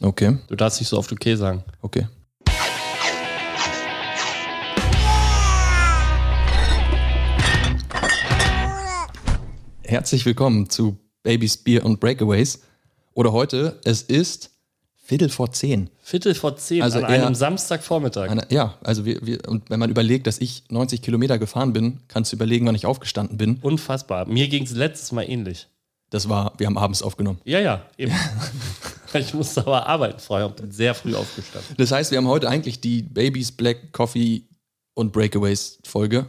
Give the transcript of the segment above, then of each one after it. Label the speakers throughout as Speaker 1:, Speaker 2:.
Speaker 1: Okay,
Speaker 2: Du darfst nicht so oft okay sagen.
Speaker 1: okay. Herzlich willkommen zu Babys, Bier und Breakaways. Oder heute, es ist Viertel vor zehn.
Speaker 2: Viertel vor zehn
Speaker 1: Also
Speaker 2: an
Speaker 1: eher-
Speaker 2: einem Samstagvormittag.
Speaker 1: Eine, ja, also wir, wir, und wenn man überlegt, dass ich 90 Kilometer gefahren bin, kannst du überlegen, wann ich aufgestanden bin.
Speaker 2: Unfassbar. Mir ging es letztes Mal ähnlich.
Speaker 1: Das war, wir haben abends aufgenommen.
Speaker 2: Ja, ja, eben. ich musste aber arbeiten vorher und bin sehr früh aufgestanden.
Speaker 1: Das heißt, wir haben heute eigentlich die Babys, Black, Coffee und Breakaways Folge.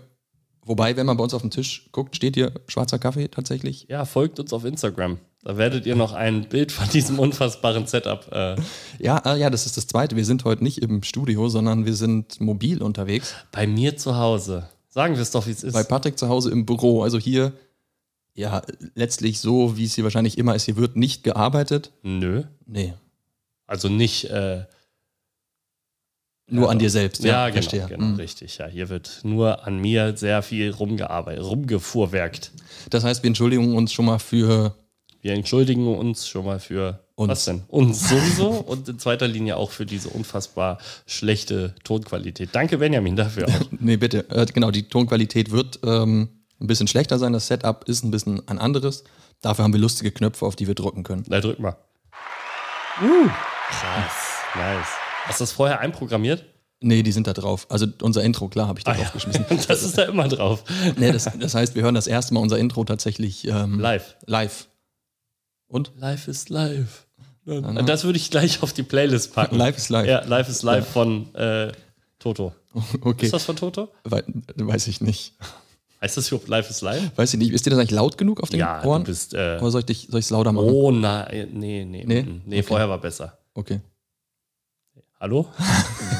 Speaker 1: Wobei, wenn man bei uns auf den Tisch guckt, steht hier schwarzer Kaffee tatsächlich.
Speaker 2: Ja, folgt uns auf Instagram. Da werdet ihr noch ein Bild von diesem unfassbaren Setup. Äh,
Speaker 1: Ja, ah, ja, das ist das Zweite. Wir sind heute nicht im Studio, sondern wir sind mobil unterwegs.
Speaker 2: bei mir zu Hause. Sagen wir es doch, wie es ist.
Speaker 1: Bei Patrick zu Hause im Büro. Also hier, ja, letztlich so, wie es hier wahrscheinlich immer ist. Hier wird nicht gearbeitet.
Speaker 2: Nö.
Speaker 1: Nee,
Speaker 2: Also nicht. Äh,
Speaker 1: nur
Speaker 2: Ja.
Speaker 1: an dir selbst.
Speaker 2: ja,
Speaker 1: verstehe.
Speaker 2: genau, genau
Speaker 1: Mhm.
Speaker 2: richtig. Ja, hier wird nur an mir sehr viel rumgearbeitet, rumgefuhrwerkt.
Speaker 1: Das heißt, wir entschuldigen uns schon mal für
Speaker 2: Wir entschuldigen uns schon mal für
Speaker 1: Uns.
Speaker 2: was denn? Uns sowieso und in zweiter Linie auch für diese unfassbar schlechte Tonqualität. Danke Benjamin dafür auch.
Speaker 1: Nee, bitte. Äh, genau, die Tonqualität wird ähm, ein bisschen schlechter sein. Das Setup ist ein bisschen ein anderes. Dafür haben wir lustige Knöpfe, auf die wir drücken können.
Speaker 2: Na, drück mal.
Speaker 1: Uh.
Speaker 2: Krass, nice. Hast du das vorher einprogrammiert?
Speaker 1: Nee, die sind da drauf. Also unser Intro, klar,
Speaker 2: Ah,
Speaker 1: habe ich da draufgeschmissen.
Speaker 2: Das ist da immer drauf.
Speaker 1: Nee, das, das heißt, wir hören das erste Mal unser Intro tatsächlich ähm,
Speaker 2: Live.
Speaker 1: live. Und?
Speaker 2: Live ist live. Das würde ich gleich auf die Playlist packen.
Speaker 1: Live ist live.
Speaker 2: Ja, Live ist live von äh, Toto.
Speaker 1: Okay.
Speaker 2: Ist das von Toto?
Speaker 1: Wei- weiß ich nicht.
Speaker 2: Heißt das überhaupt Live ist live?
Speaker 1: Weiß ich nicht. Ist dir das eigentlich laut genug auf den
Speaker 2: Ja,
Speaker 1: Ohren?
Speaker 2: du bist. Äh,
Speaker 1: Oder soll ich dich, soll ich's lauter machen?
Speaker 2: oh nein, nee, nee.
Speaker 1: Nee?
Speaker 2: Nee, nee vorher war besser.
Speaker 1: Okay.
Speaker 2: Hallo?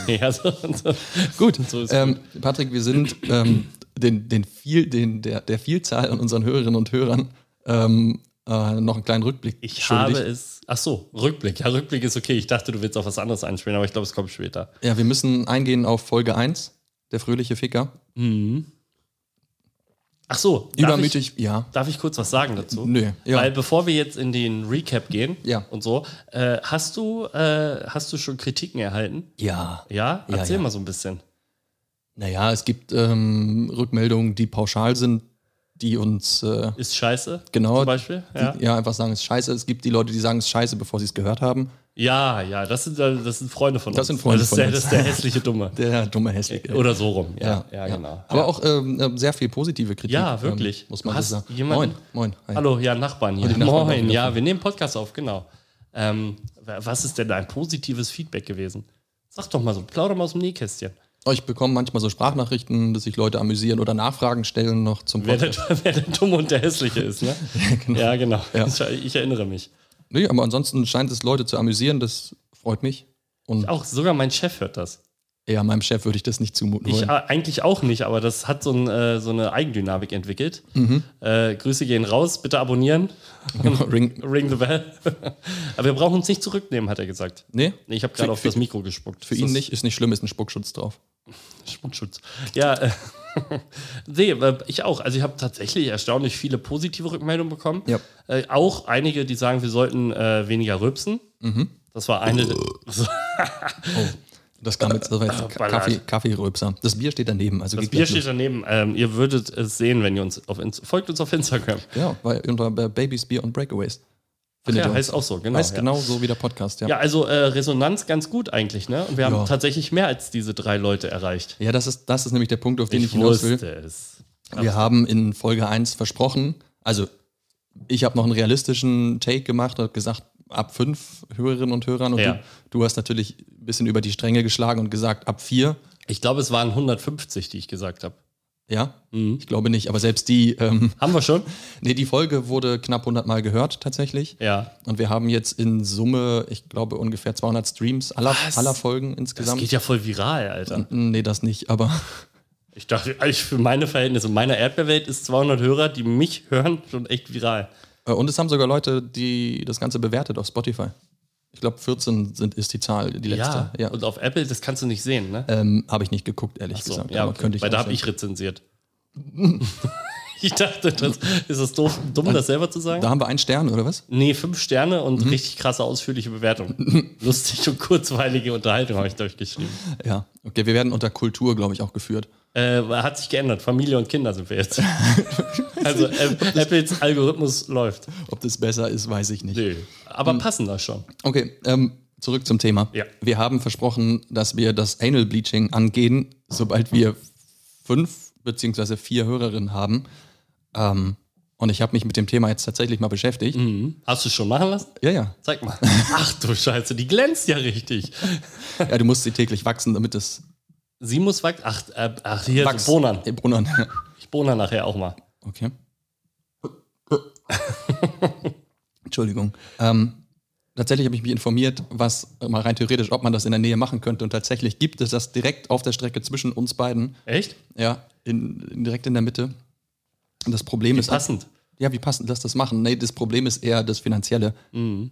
Speaker 2: ja, so, so.
Speaker 1: Gut.
Speaker 2: So ist
Speaker 1: ähm, Patrick, wir sind ähm, den, den viel, den, der, der Vielzahl an unseren Hörerinnen und Hörern ähm, äh, noch einen kleinen Rückblick
Speaker 2: Ich
Speaker 1: schuldig.
Speaker 2: habe es. Ach so, Rückblick. Ja, Rückblick ist okay. Ich dachte, du willst auf was anderes einspielen, aber ich glaube, es kommt später.
Speaker 1: Ja, wir müssen eingehen auf Folge 1, der fröhliche Ficker.
Speaker 2: Ach so, Darf ich,
Speaker 1: Mhm. Übermütig, ja.
Speaker 2: darf ich kurz was sagen dazu?
Speaker 1: Nö, ja.
Speaker 2: Weil bevor wir jetzt in den Recap gehen
Speaker 1: Ja.
Speaker 2: und so, äh, hast du äh, hast du schon Kritiken erhalten?
Speaker 1: Ja.
Speaker 2: Ja,
Speaker 1: Ja,
Speaker 2: erzähl
Speaker 1: ja.
Speaker 2: mal so ein bisschen.
Speaker 1: Naja, es gibt ähm, Rückmeldungen, die pauschal sind, die uns äh,
Speaker 2: Ist scheiße?
Speaker 1: genau.
Speaker 2: Zum Beispiel? Ja.
Speaker 1: Die, ja, einfach sagen, es ist scheiße. Es gibt die Leute, die sagen, es ist scheiße, bevor sie es gehört haben.
Speaker 2: ja, ja, das sind äh, das sind Freunde von
Speaker 1: Das
Speaker 2: uns.
Speaker 1: sind Freunde
Speaker 2: das ist
Speaker 1: von
Speaker 2: der,
Speaker 1: uns.
Speaker 2: Das ist der hässliche Dumme.
Speaker 1: Der dumme Hässliche.
Speaker 2: Oder so rum. Ja, ja,
Speaker 1: ja.
Speaker 2: genau.
Speaker 1: Aber auch ähm, ähm, sehr viel positive Kritik.
Speaker 2: Ja, wirklich.
Speaker 1: Ähm, muss man
Speaker 2: Hast
Speaker 1: so sagen.
Speaker 2: jemanden-
Speaker 1: Moin, moin. Hi.
Speaker 2: Hallo, ja, Nachbarn hier.
Speaker 1: Oh, die Nachbarn
Speaker 2: Moin,
Speaker 1: laufen
Speaker 2: ja, wir nehmen Podcast auf, genau. Ähm, wa- was ist denn ein positives Feedback gewesen? Sag doch mal so, plauder mal aus dem Nähkästchen.
Speaker 1: Oh, Ich bekomme manchmal so Sprachnachrichten, dass sich Leute amüsieren oder Nachfragen stellen noch zum
Speaker 2: Wer
Speaker 1: Podcast.
Speaker 2: der, wer der Dumme und der Hässliche ist, ne? ja, genau.
Speaker 1: Ja.
Speaker 2: Ich, ich erinnere mich.
Speaker 1: Nee, aber ansonsten scheint es Leute zu amüsieren, das freut mich. Und
Speaker 2: Auch sogar mein Chef hört das.
Speaker 1: ja, meinem Chef würde ich das nicht zumuten
Speaker 2: Ich
Speaker 1: wollen.
Speaker 2: a- eigentlich auch nicht, aber das hat so, ein, äh, so eine Eigendynamik entwickelt.
Speaker 1: Mhm.
Speaker 2: Äh, Grüße gehen raus, bitte abonnieren,
Speaker 1: Genau, Ring.
Speaker 2: ring the bell. aber wir brauchen uns nicht zurücknehmen, hat er gesagt.
Speaker 1: Nee,
Speaker 2: Nee, Ich habe gerade
Speaker 1: Für-
Speaker 2: auf
Speaker 1: für-
Speaker 2: das Mikro gespuckt.
Speaker 1: für ihn nicht, ist nicht schlimm, ist ein Spuckschutz drauf.
Speaker 2: Schmutzschutz. Ja, äh, nee, äh, ich auch. Also ich habe tatsächlich erstaunlich viele positive Rückmeldungen bekommen.
Speaker 1: Ja.
Speaker 2: Äh, auch einige, die sagen, wir sollten äh, weniger rülpsen.
Speaker 1: Mhm.
Speaker 2: Das war eine.
Speaker 1: Oh,
Speaker 2: Das
Speaker 1: Das kam jetzt, das war jetzt
Speaker 2: Ballad.
Speaker 1: Kaffee, Kaffeerülpser. Das Bier steht daneben. Also das
Speaker 2: Ah, Bier steht daneben. Ähm, ihr würdet es sehen, wenn ihr uns auf Inst folgt uns auf Instagram.
Speaker 1: Ja, weil unter äh, Babys, Bier und Breakaways. Findet
Speaker 2: ja,
Speaker 1: ihr
Speaker 2: heißt
Speaker 1: uns.
Speaker 2: auch so, genau.
Speaker 1: heißt
Speaker 2: ja.
Speaker 1: genau so wie der Podcast, ja.
Speaker 2: Ja, also äh, Resonanz ganz gut eigentlich, ne? Und wir haben
Speaker 1: Ja.
Speaker 2: tatsächlich mehr als diese drei Leute erreicht.
Speaker 1: Ja, das ist, das ist nämlich der Punkt, auf den ich,
Speaker 2: ich
Speaker 1: hinaus will.
Speaker 2: wusste es.
Speaker 1: Wir haben in Folge 1 versprochen, also ich habe noch einen realistischen Take gemacht, habe gesagt, ab fünf Hörerinnen und Hörern. Und
Speaker 2: Ja.
Speaker 1: du, du hast natürlich ein bisschen über die Stränge geschlagen und gesagt, ab vier.
Speaker 2: Ich glaube, es waren 150, die ich gesagt habe.
Speaker 1: Ja,
Speaker 2: Mhm.
Speaker 1: ich glaube nicht. Aber selbst die, ähm,
Speaker 2: Haben wir schon?
Speaker 1: nee, die Folge wurde knapp 100 Mal gehört tatsächlich.
Speaker 2: Ja.
Speaker 1: Und wir haben jetzt in Summe, ich glaube, ungefähr 200 Streams aller,
Speaker 2: Was?
Speaker 1: aller Folgen
Speaker 2: Das
Speaker 1: insgesamt.
Speaker 2: geht ja voll viral, Alter.
Speaker 1: nee, das nicht, aber
Speaker 2: Ich dachte, ich, für meine Verhältnisse, meiner Erdbeerwelt ist 200 Hörer, die mich hören, schon echt viral.
Speaker 1: Äh, Und es haben sogar Leute, die das Ganze bewertet auf Spotify. Ich glaube, 14 sind, ist die Zahl, die letzte. Ja.
Speaker 2: Und auf Apple, das kannst du nicht sehen, ne?
Speaker 1: Ähm, habe ich nicht geguckt, ehrlich
Speaker 2: So,
Speaker 1: gesagt.
Speaker 2: ja,
Speaker 1: aber
Speaker 2: okay.
Speaker 1: könnte ich
Speaker 2: Weil da habe
Speaker 1: auswählen.
Speaker 2: ich rezensiert. Ich dachte, das ist das doof, dumm, das selber zu sagen.
Speaker 1: Da haben wir einen Stern, oder was?
Speaker 2: Nee, fünf Sterne und richtig krasse, ausführliche Bewertung. Lustig und kurzweilige Unterhaltung habe ich durchgeschrieben.
Speaker 1: Ja. Okay, wir werden unter Kultur, glaube ich, auch geführt.
Speaker 2: Äh, hat sich geändert. Familie und Kinder sind wir jetzt. also App- Apples Algorithmus läuft.
Speaker 1: Ob das besser ist, weiß ich nicht.
Speaker 2: Nee. Aber passender schon.
Speaker 1: Okay, ähm, zurück zum Thema.
Speaker 2: Ja.
Speaker 1: Wir haben versprochen, dass wir das Anal Bleaching angehen, sobald wir fünf beziehungsweise vier Hörerinnen haben. Ähm, und ich habe mich mit dem Thema jetzt tatsächlich mal beschäftigt.
Speaker 2: Mhm. Hast du es schon machen lassen?
Speaker 1: Ja, ja.
Speaker 2: Zeig mal. Ach du Scheiße, die glänzt ja richtig.
Speaker 1: Ja, du musst sie täglich wachsen, damit es
Speaker 2: Sie muss wachsen. Ach, äh, ach, hier,
Speaker 1: wachst.
Speaker 2: so Bonan.
Speaker 1: Äh, Brunnern.
Speaker 2: Ich bohne nachher auch mal.
Speaker 1: Okay. Entschuldigung. Ähm, tatsächlich habe ich mich informiert, was äh, mal rein theoretisch, ob man das in der Nähe machen könnte. Und tatsächlich gibt es das direkt auf der Strecke zwischen uns beiden.
Speaker 2: Echt?
Speaker 1: Ja, in, in, direkt in der Mitte. Und das Problem
Speaker 2: Wie
Speaker 1: ist.
Speaker 2: passend.
Speaker 1: Ja, wie passend, lass das machen. Nee, das Problem ist eher das Finanzielle.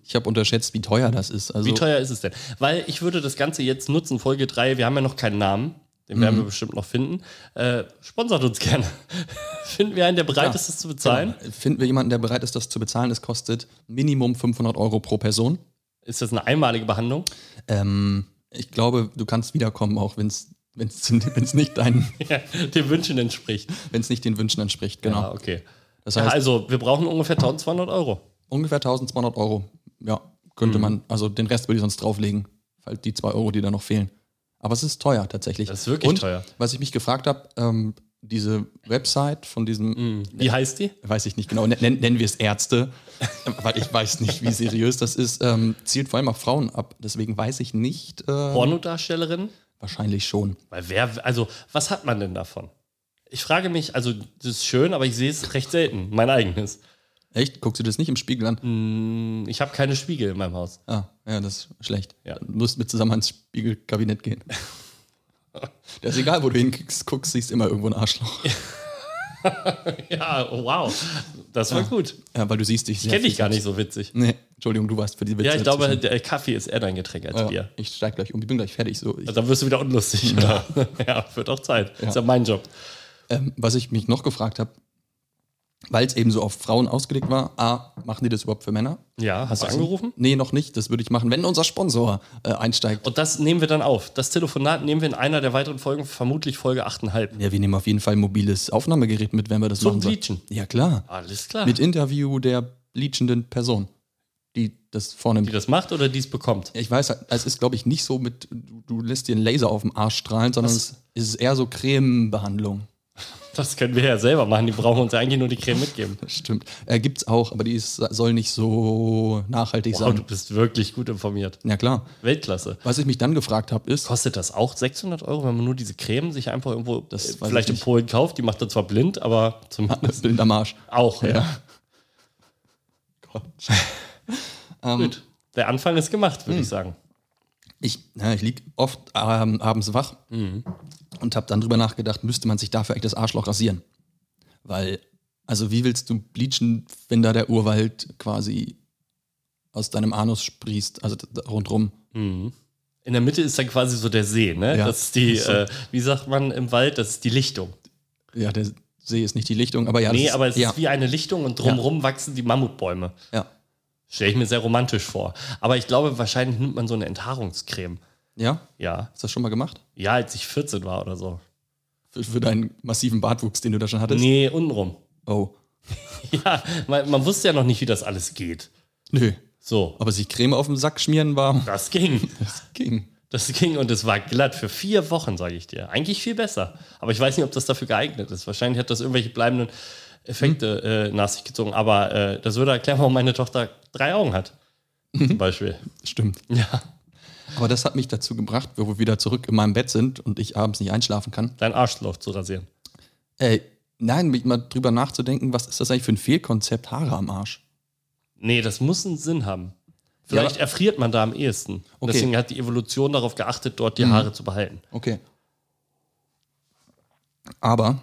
Speaker 1: Ich habe unterschätzt, wie teuer das ist. Also,
Speaker 2: Mhm. Wie teuer ist es denn? Weil ich würde das Ganze jetzt nutzen, Folge 3, wir haben ja noch keinen Namen. Den werden wir
Speaker 1: Mhm.
Speaker 2: bestimmt noch finden. Äh, sponsert uns gerne. finden wir einen, der bereit
Speaker 1: Ja.
Speaker 2: ist, es zu bezahlen.
Speaker 1: genau, Finden wir jemanden, der bereit ist, das zu bezahlen? Es kostet Minimum 500 Euro pro Person.
Speaker 2: Ist das eine einmalige Behandlung?
Speaker 1: Ähm, ich glaube, du kannst wiederkommen, auch wenn es nicht deinen,
Speaker 2: Ja, dem Wünschen entspricht.
Speaker 1: wenn's nicht den Wünschen entspricht. Genau.
Speaker 2: Ja, okay.
Speaker 1: Das
Speaker 2: Ja,
Speaker 1: heißt,
Speaker 2: also, wir brauchen ungefähr 1200 Euro.
Speaker 1: ungefähr 1200 Euro. Ja,
Speaker 2: Mhm.
Speaker 1: könnte man, also den Rest würde ich sonst drauflegen. Halt die zwei Euro, die da noch fehlen. Aber es ist teuer tatsächlich.
Speaker 2: Das ist wirklich
Speaker 1: Und,
Speaker 2: teuer.
Speaker 1: Was ich mich gefragt habe, ähm, diese Website von diesem
Speaker 2: Wie heißt die?
Speaker 1: weiß ich nicht genau, nen- nennen, nennen wir es Ärzte, weil ich weiß nicht, wie seriös das ist, ähm, zielt vor allem auf Frauen ab. Deswegen weiß ich nicht. Äh,
Speaker 2: Pornodarstellerin?
Speaker 1: Wahrscheinlich schon.
Speaker 2: Weil wer, also, was hat man denn davon? Ich frage mich, also, das ist schön, aber ich sehe es recht selten, mein eigenes.
Speaker 1: Echt? Guckst du das nicht im Spiegel an?
Speaker 2: Hm, Ich habe keine Spiegel in meinem Haus.
Speaker 1: Ah, ja, das ist schlecht.
Speaker 2: Ja.
Speaker 1: Du musst mit zusammen ins Spiegelkabinett gehen. Das ist egal, wo du hinguckst, siehst immer irgendwo ein Arschloch.
Speaker 2: Ja, oh, wow. Das war gut.
Speaker 1: Ja, weil du siehst dich
Speaker 2: Ich
Speaker 1: sehr.
Speaker 2: kenne dich
Speaker 1: viel
Speaker 2: gar nicht
Speaker 1: selbst.
Speaker 2: so witzig.
Speaker 1: Nee, Entschuldigung, du warst für die Witze.
Speaker 2: Ja, ich glaube,
Speaker 1: dazwischen.
Speaker 2: der Kaffee ist Also- eher dein Getränk als
Speaker 1: ja,
Speaker 2: Bier.
Speaker 1: ich steig gleich um. Ich bin gleich fertig. So, ich,
Speaker 2: Dann wirst du wieder unlustig. Ja, ja wird auch Zeit. Ist ja mein Job.
Speaker 1: Ähm, was ich mich noch gefragt habe, weil es eben so auf Frauen ausgelegt war, A, machen die das überhaupt für Männer?
Speaker 2: Ja, hast du angerufen?
Speaker 1: Nee, noch nicht. Das würde ich machen, wenn unser Sponsor äh, einsteigt.
Speaker 2: Und das nehmen wir dann auf. Das Telefonat nehmen wir in einer der weiteren Folgen, vermutlich Folge 8,5.
Speaker 1: Ja, wir nehmen auf jeden Fall ein mobiles Aufnahmegerät mit, wenn wir das
Speaker 2: Zum
Speaker 1: machen. sollen.
Speaker 2: Bleachen.
Speaker 1: Ja, klar.
Speaker 2: Alles klar.
Speaker 1: Mit Interview der bleachenden Person, die das vornimmt.
Speaker 2: die das macht oder die es bekommt.
Speaker 1: ich weiß, halt, es ist, glaube ich, nicht so mit, du, du lässt dir einen Laser auf dem Arsch strahlen, sondern es ist eher so Cremebehandlung.
Speaker 2: Das können wir ja selber machen. Die brauchen uns ja eigentlich nur die Creme mitgeben.
Speaker 1: Das stimmt. Äh, gibt's auch, aber die ist, soll nicht so nachhaltig
Speaker 2: Wow, du
Speaker 1: sein.
Speaker 2: bist wirklich gut informiert.
Speaker 1: Ja, klar.
Speaker 2: Weltklasse.
Speaker 1: Was ich mich dann gefragt habe, ist,
Speaker 2: Kostet das auch 600 Euro, wenn man nur diese Creme sich einfach irgendwo
Speaker 1: Das
Speaker 2: äh,
Speaker 1: weiß ich
Speaker 2: vielleicht in
Speaker 1: nicht.
Speaker 2: Polen kauft? Die macht dann zwar blind, aber zumindest
Speaker 1: Bild am Arsch.
Speaker 2: auch. Ah, Ja.
Speaker 1: Gott. Ähm,
Speaker 2: Gut. Der Anfang ist gemacht, würde ich sagen.
Speaker 1: ich, ja, ich lieg oft ähm, abends wach
Speaker 2: Mhm.
Speaker 1: und habe dann drüber nachgedacht, müsste man sich dafür echt das Arschloch rasieren? Weil, also wie willst du bleachen, wenn da der Urwald quasi aus deinem Anus sprießt, also d- d- rundrum?
Speaker 2: Mhm. In der Mitte ist dann quasi so der See, ne?
Speaker 1: Ja.
Speaker 2: Das ist die,
Speaker 1: So.
Speaker 2: äh, wie sagt man im Wald, das ist die Lichtung.
Speaker 1: Ja, der See ist nicht die Lichtung, aber ja. das
Speaker 2: nee,
Speaker 1: ist,
Speaker 2: aber es
Speaker 1: ja,
Speaker 2: ist wie eine Lichtung und drumherum wachsen die Mammutbäume.
Speaker 1: ja.
Speaker 2: Stelle ich mir sehr romantisch vor. Aber ich glaube, wahrscheinlich nimmt man so eine Enthaarungscreme.
Speaker 1: Ja?
Speaker 2: Ja.
Speaker 1: Hast du das schon mal gemacht?
Speaker 2: Ja, als ich 14 war oder so.
Speaker 1: Für, für deinen massiven Bartwuchs, den du da schon hattest?
Speaker 2: Nee, untenrum.
Speaker 1: Oh.
Speaker 2: Ja, man, man wusste ja noch nicht, wie das alles geht.
Speaker 1: Nö.
Speaker 2: So,
Speaker 1: Aber sich Creme auf den Sack schmieren war,
Speaker 2: das ging.
Speaker 1: das ging.
Speaker 2: Das ging und es war glatt für vier Wochen, sage ich dir. Eigentlich viel besser. Aber ich weiß nicht, ob das dafür geeignet ist. Wahrscheinlich hat das irgendwelche bleibenden Effekte äh, nach sich gezogen. Aber äh, das würde erklären, warum meine Tochter drei Augen hat. Zum Beispiel.
Speaker 1: Stimmt.
Speaker 2: Ja,
Speaker 1: Aber das hat mich dazu gebracht, wo wir wieder zurück in meinem Bett sind und ich abends nicht einschlafen kann.
Speaker 2: dein Arschloch zu rasieren.
Speaker 1: Ey, nein, mich mal drüber nachzudenken, was ist das eigentlich für ein Fehlkonzept, Haare am Arsch?
Speaker 2: Nee, das muss einen Sinn haben. Vielleicht
Speaker 1: aber-
Speaker 2: erfriert man da am ehesten.
Speaker 1: Okay.
Speaker 2: Deswegen hat die Evolution darauf geachtet, dort die Haare zu behalten.
Speaker 1: Okay. Aber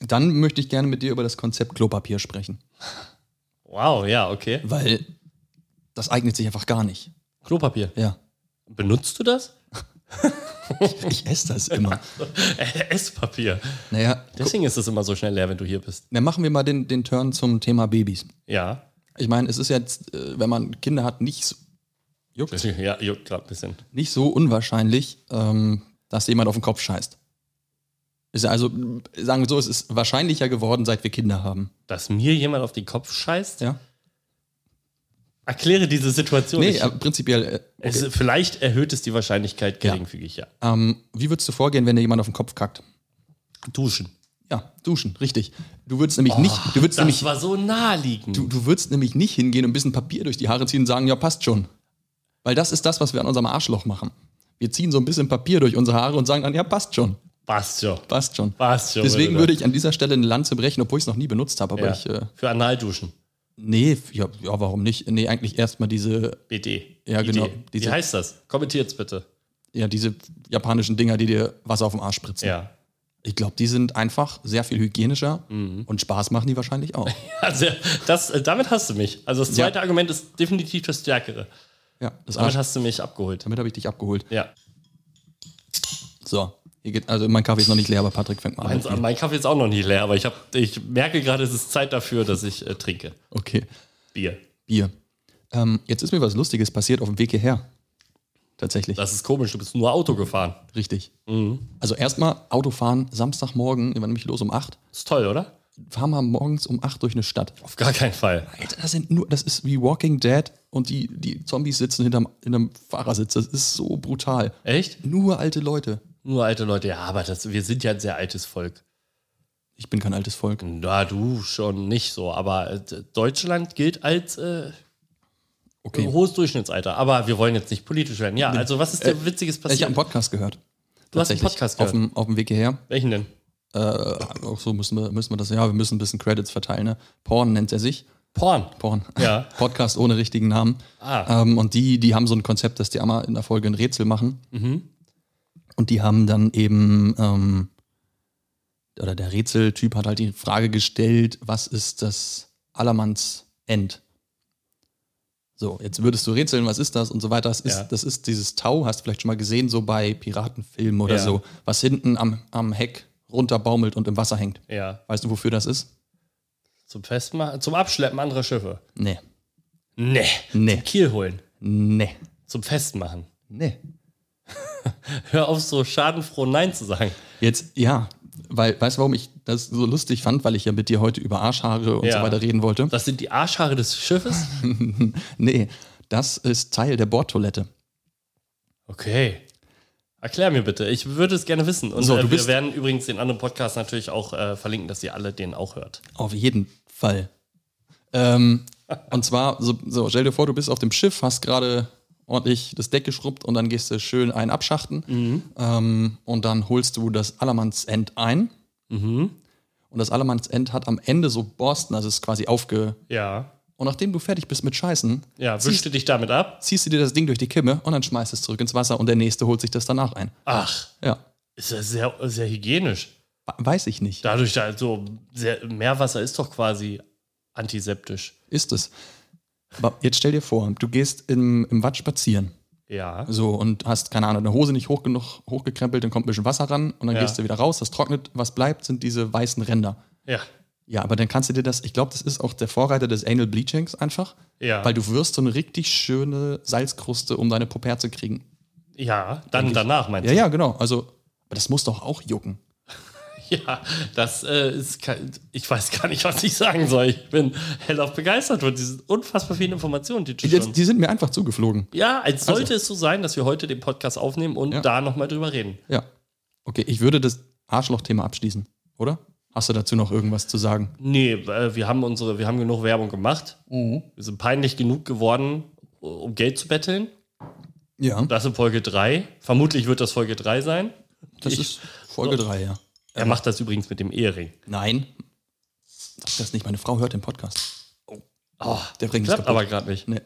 Speaker 1: dann möchte ich gerne mit dir über das Konzept Klopapier sprechen,
Speaker 2: Wow, ja, okay.
Speaker 1: weil das eignet sich einfach gar nicht.
Speaker 2: Klopapier.
Speaker 1: Ja.
Speaker 2: Benutzt du das?
Speaker 1: Ich esse das immer.
Speaker 2: Esspapier.
Speaker 1: Naja, gu-
Speaker 2: Deswegen ist es immer so schnell leer, wenn du hier bist.
Speaker 1: dann machen wir mal den, den Turn zum Thema Babys.
Speaker 2: Ja.
Speaker 1: Ich meine, es ist jetzt, äh, wenn man Kinder hat, nicht so, juckt,
Speaker 2: Ja, juckt gerade ein bisschen.
Speaker 1: nicht so unwahrscheinlich, ähm, dass jemand auf den Kopf scheißt. Ist ja also, mh, sagen wir so, es ist wahrscheinlicher geworden, seit wir Kinder haben.
Speaker 2: Dass mir jemand auf den Kopf scheißt?
Speaker 1: Ja?
Speaker 2: Erkläre diese Situation.
Speaker 1: Nee,
Speaker 2: Ich-
Speaker 1: aber prinzipiell. Äh, okay.
Speaker 2: es, vielleicht erhöht es die Wahrscheinlichkeit geringfügig, ja.
Speaker 1: ähm, wie würdest du vorgehen, wenn dir jemand auf den Kopf kackt?
Speaker 2: Duschen.
Speaker 1: Ja, duschen, richtig. Du würdest nämlich nicht, du würdest
Speaker 2: Oh, das
Speaker 1: nämlich,
Speaker 2: war so naheliegend.
Speaker 1: du, du würdest nämlich nicht hingehen und ein bisschen Papier durch die Haare ziehen und sagen, ja, passt schon. Weil das ist das, was wir an unserem Arschloch machen. Wir ziehen so ein bisschen Papier durch unsere Haare und sagen dann, ja, passt schon,
Speaker 2: Passt schon.
Speaker 1: passt schon.
Speaker 2: Passt schon.
Speaker 1: Deswegen
Speaker 2: Bruder.
Speaker 1: würde ich an dieser Stelle eine Lanze brechen, obwohl ich es noch nie benutzt habe. Aber
Speaker 2: ja.
Speaker 1: ich, äh,
Speaker 2: Für Analduschen.
Speaker 1: nee, f- ja, ja, warum nicht? Nee, eigentlich erstmal diese,
Speaker 2: BD.
Speaker 1: Ja, genau.
Speaker 2: Idee. Wie
Speaker 1: Diese-
Speaker 2: heißt das? Kommentiert's bitte.
Speaker 1: ja, diese japanischen Dinger, die dir Wasser auf dem Arsch spritzen.
Speaker 2: Ja.
Speaker 1: Ich glaube, die sind einfach sehr viel hygienischer
Speaker 2: Mhm.
Speaker 1: und Spaß machen die wahrscheinlich auch.
Speaker 2: Also, das, äh, damit hast du mich. Also, das zweite Argument ist definitiv das Stärkere.
Speaker 1: ja, das
Speaker 2: Damit
Speaker 1: Arsch,
Speaker 2: hast du mich abgeholt.
Speaker 1: damit habe ich dich abgeholt.
Speaker 2: Ja.
Speaker 1: So, hier geht, also mein Kaffee ist noch nicht leer, aber Patrick fängt mal an.
Speaker 2: Mein, Also, mein Kaffee ist auch noch nicht leer, aber ich, hab, ich merke gerade, es ist Zeit dafür, dass ich äh, trinke.
Speaker 1: Okay,
Speaker 2: Bier.
Speaker 1: Bier. Ähm, jetzt ist mir was Lustiges passiert auf dem Weg hierher. Tatsächlich.
Speaker 2: Das Mhm. ist komisch, du bist nur Auto gefahren.
Speaker 1: Richtig. Also erstmal Autofahren Samstagmorgen, wir waren nämlich los um 8.
Speaker 2: Ist toll, oder?
Speaker 1: Fahren wir morgens um 8 durch eine Stadt.
Speaker 2: Auf gar keinen Fall.
Speaker 1: Alter, das sind nur, das ist wie Walking Dead und die, die Zombies sitzen hinterm, hinterm Fahrersitz. Das ist so brutal.
Speaker 2: Echt?
Speaker 1: Nur alte Leute.
Speaker 2: Nur alte Leute, ja, aber das, wir sind ja ein sehr altes Volk.
Speaker 1: Ich bin kein altes Volk.
Speaker 2: Na, du schon nicht so, aber äh, Deutschland gilt als äh,
Speaker 1: Okay.
Speaker 2: hohes Durchschnittsalter. Aber wir wollen jetzt nicht politisch werden. Ja, also was ist dir Witziges
Speaker 1: Ich habe
Speaker 2: passiert?
Speaker 1: einen Podcast gehört.
Speaker 2: du hast einen
Speaker 1: Tatsächlich.
Speaker 2: Podcast
Speaker 1: auf
Speaker 2: gehört.
Speaker 1: dem, auf dem Weg hierher.
Speaker 2: Welchen denn?
Speaker 1: Äh, auch so müssen wir, müssen wir das, ja, wir müssen ein bisschen Credits verteilen. Ne? Porn nennt er sich.
Speaker 2: Porn.
Speaker 1: Porn.
Speaker 2: Ja.
Speaker 1: Podcast ohne richtigen Namen.
Speaker 2: Ah.
Speaker 1: Ähm, und die, die haben so ein Konzept, dass die einmal in der Folge ein Rätsel machen.
Speaker 2: Mhm.
Speaker 1: Und die haben dann eben, ähm, oder der Rätseltyp hat halt die Frage gestellt, was ist das Allermanns End? So, jetzt würdest du rätseln, was ist das und so weiter. Das ist,
Speaker 2: Ja.
Speaker 1: das ist dieses Tau, hast du vielleicht schon mal gesehen, so bei Piratenfilmen oder
Speaker 2: Ja.
Speaker 1: so, was hinten am, am Heck runterbaumelt und im Wasser hängt.
Speaker 2: Ja.
Speaker 1: Weißt du, wofür das ist?
Speaker 2: Zum Festmachen, zum Abschleppen anderer Schiffe.
Speaker 1: Nee.
Speaker 2: Nee.
Speaker 1: Nee.
Speaker 2: Kiel holen.
Speaker 1: Nee.
Speaker 2: Zum Festmachen.
Speaker 1: Nee.
Speaker 2: Hör auf, so schadenfroh Nein zu sagen.
Speaker 1: Jetzt, ja, weil, weißt du, warum ich das so lustig fand? Weil ich ja mit dir heute über Arschhaare und
Speaker 2: Ja.
Speaker 1: so weiter reden wollte.
Speaker 2: Das sind die Arschhaare des Schiffes?
Speaker 1: Nee, das ist Teil der Bordtoilette.
Speaker 2: Okay. Erklär mir bitte. Ich würde es gerne wissen. Und
Speaker 1: So,
Speaker 2: äh,
Speaker 1: du
Speaker 2: wir
Speaker 1: bist-
Speaker 2: werden übrigens den anderen Podcast natürlich auch äh, verlinken, dass ihr alle den auch hört.
Speaker 1: Auf jeden Fall. Ähm, und zwar, so, so, stell dir vor, du bist auf dem Schiff, hast gerade ordentlich das Deck geschrubbt und dann gehst du schön einen abschachten. Ähm, und dann holst du das Allermannsend ein. Und das Allermannsend hat am Ende so Borsten, also es ist quasi aufge.
Speaker 2: Ja.
Speaker 1: Und nachdem du fertig bist mit Scheißen,
Speaker 2: Ja,
Speaker 1: ziehst
Speaker 2: wischst du dich damit ab?
Speaker 1: ziehst du dir das Ding durch die Kimme und dann schmeißt es zurück ins Wasser und der nächste holt sich das danach ein.
Speaker 2: Ach,
Speaker 1: Ja,
Speaker 2: ist ja sehr, sehr hygienisch.
Speaker 1: We- weiß ich nicht.
Speaker 2: Dadurch, da so sehr, Meerwasser ist doch quasi antiseptisch.
Speaker 1: Ist es. Aber jetzt stell dir vor, du gehst im, im Watt spazieren.
Speaker 2: Ja.
Speaker 1: So, und hast, keine Ahnung, deine Hose nicht hoch genug hochgekrempelt, dann kommt ein bisschen Wasser ran und dann
Speaker 2: Ja.
Speaker 1: gehst du wieder raus, das trocknet. Was bleibt, sind diese weißen Ränder.
Speaker 2: Ja.
Speaker 1: Ja, aber dann kannst du dir das, ich glaube, das ist auch der Vorreiter des Anal Bleachings einfach,
Speaker 2: Ja.
Speaker 1: weil du wirst so eine richtig schöne Salzkruste um deine Poperze kriegen.
Speaker 2: ja, dann danach meinst
Speaker 1: Ja,
Speaker 2: du?
Speaker 1: ja, genau. Also, aber das muss doch auch jucken.
Speaker 2: Ja, das äh, ist kein, ich weiß gar nicht, was ich sagen soll. Ich bin hellauf begeistert von diesen unfassbar vielen Informationen, die du schon
Speaker 1: Jetzt, die sind mir einfach zugeflogen.
Speaker 2: Ja, als sollte es so sein, dass wir heute den Podcast aufnehmen und
Speaker 1: Ja.
Speaker 2: da nochmal drüber reden.
Speaker 1: Ja. Okay, ich würde das Arschloch-Thema abschließen, oder? Hast du dazu noch irgendwas zu sagen?
Speaker 2: Nee, äh, wir haben unsere, wir haben genug Werbung gemacht. Wir sind peinlich genug geworden, um Geld zu betteln.
Speaker 1: Ja,
Speaker 2: Das in Folge 3. Vermutlich wird das Folge 3 sein.
Speaker 1: das
Speaker 2: ich-
Speaker 1: ist Folge 3, ja.
Speaker 2: Er macht das übrigens mit dem Ehering.
Speaker 1: Nein. Sag das nicht, meine Frau hört den Podcast.
Speaker 2: Oh,
Speaker 1: Der Ring ist
Speaker 2: klappt
Speaker 1: kaputt.
Speaker 2: aber gerade nicht.
Speaker 1: Nee.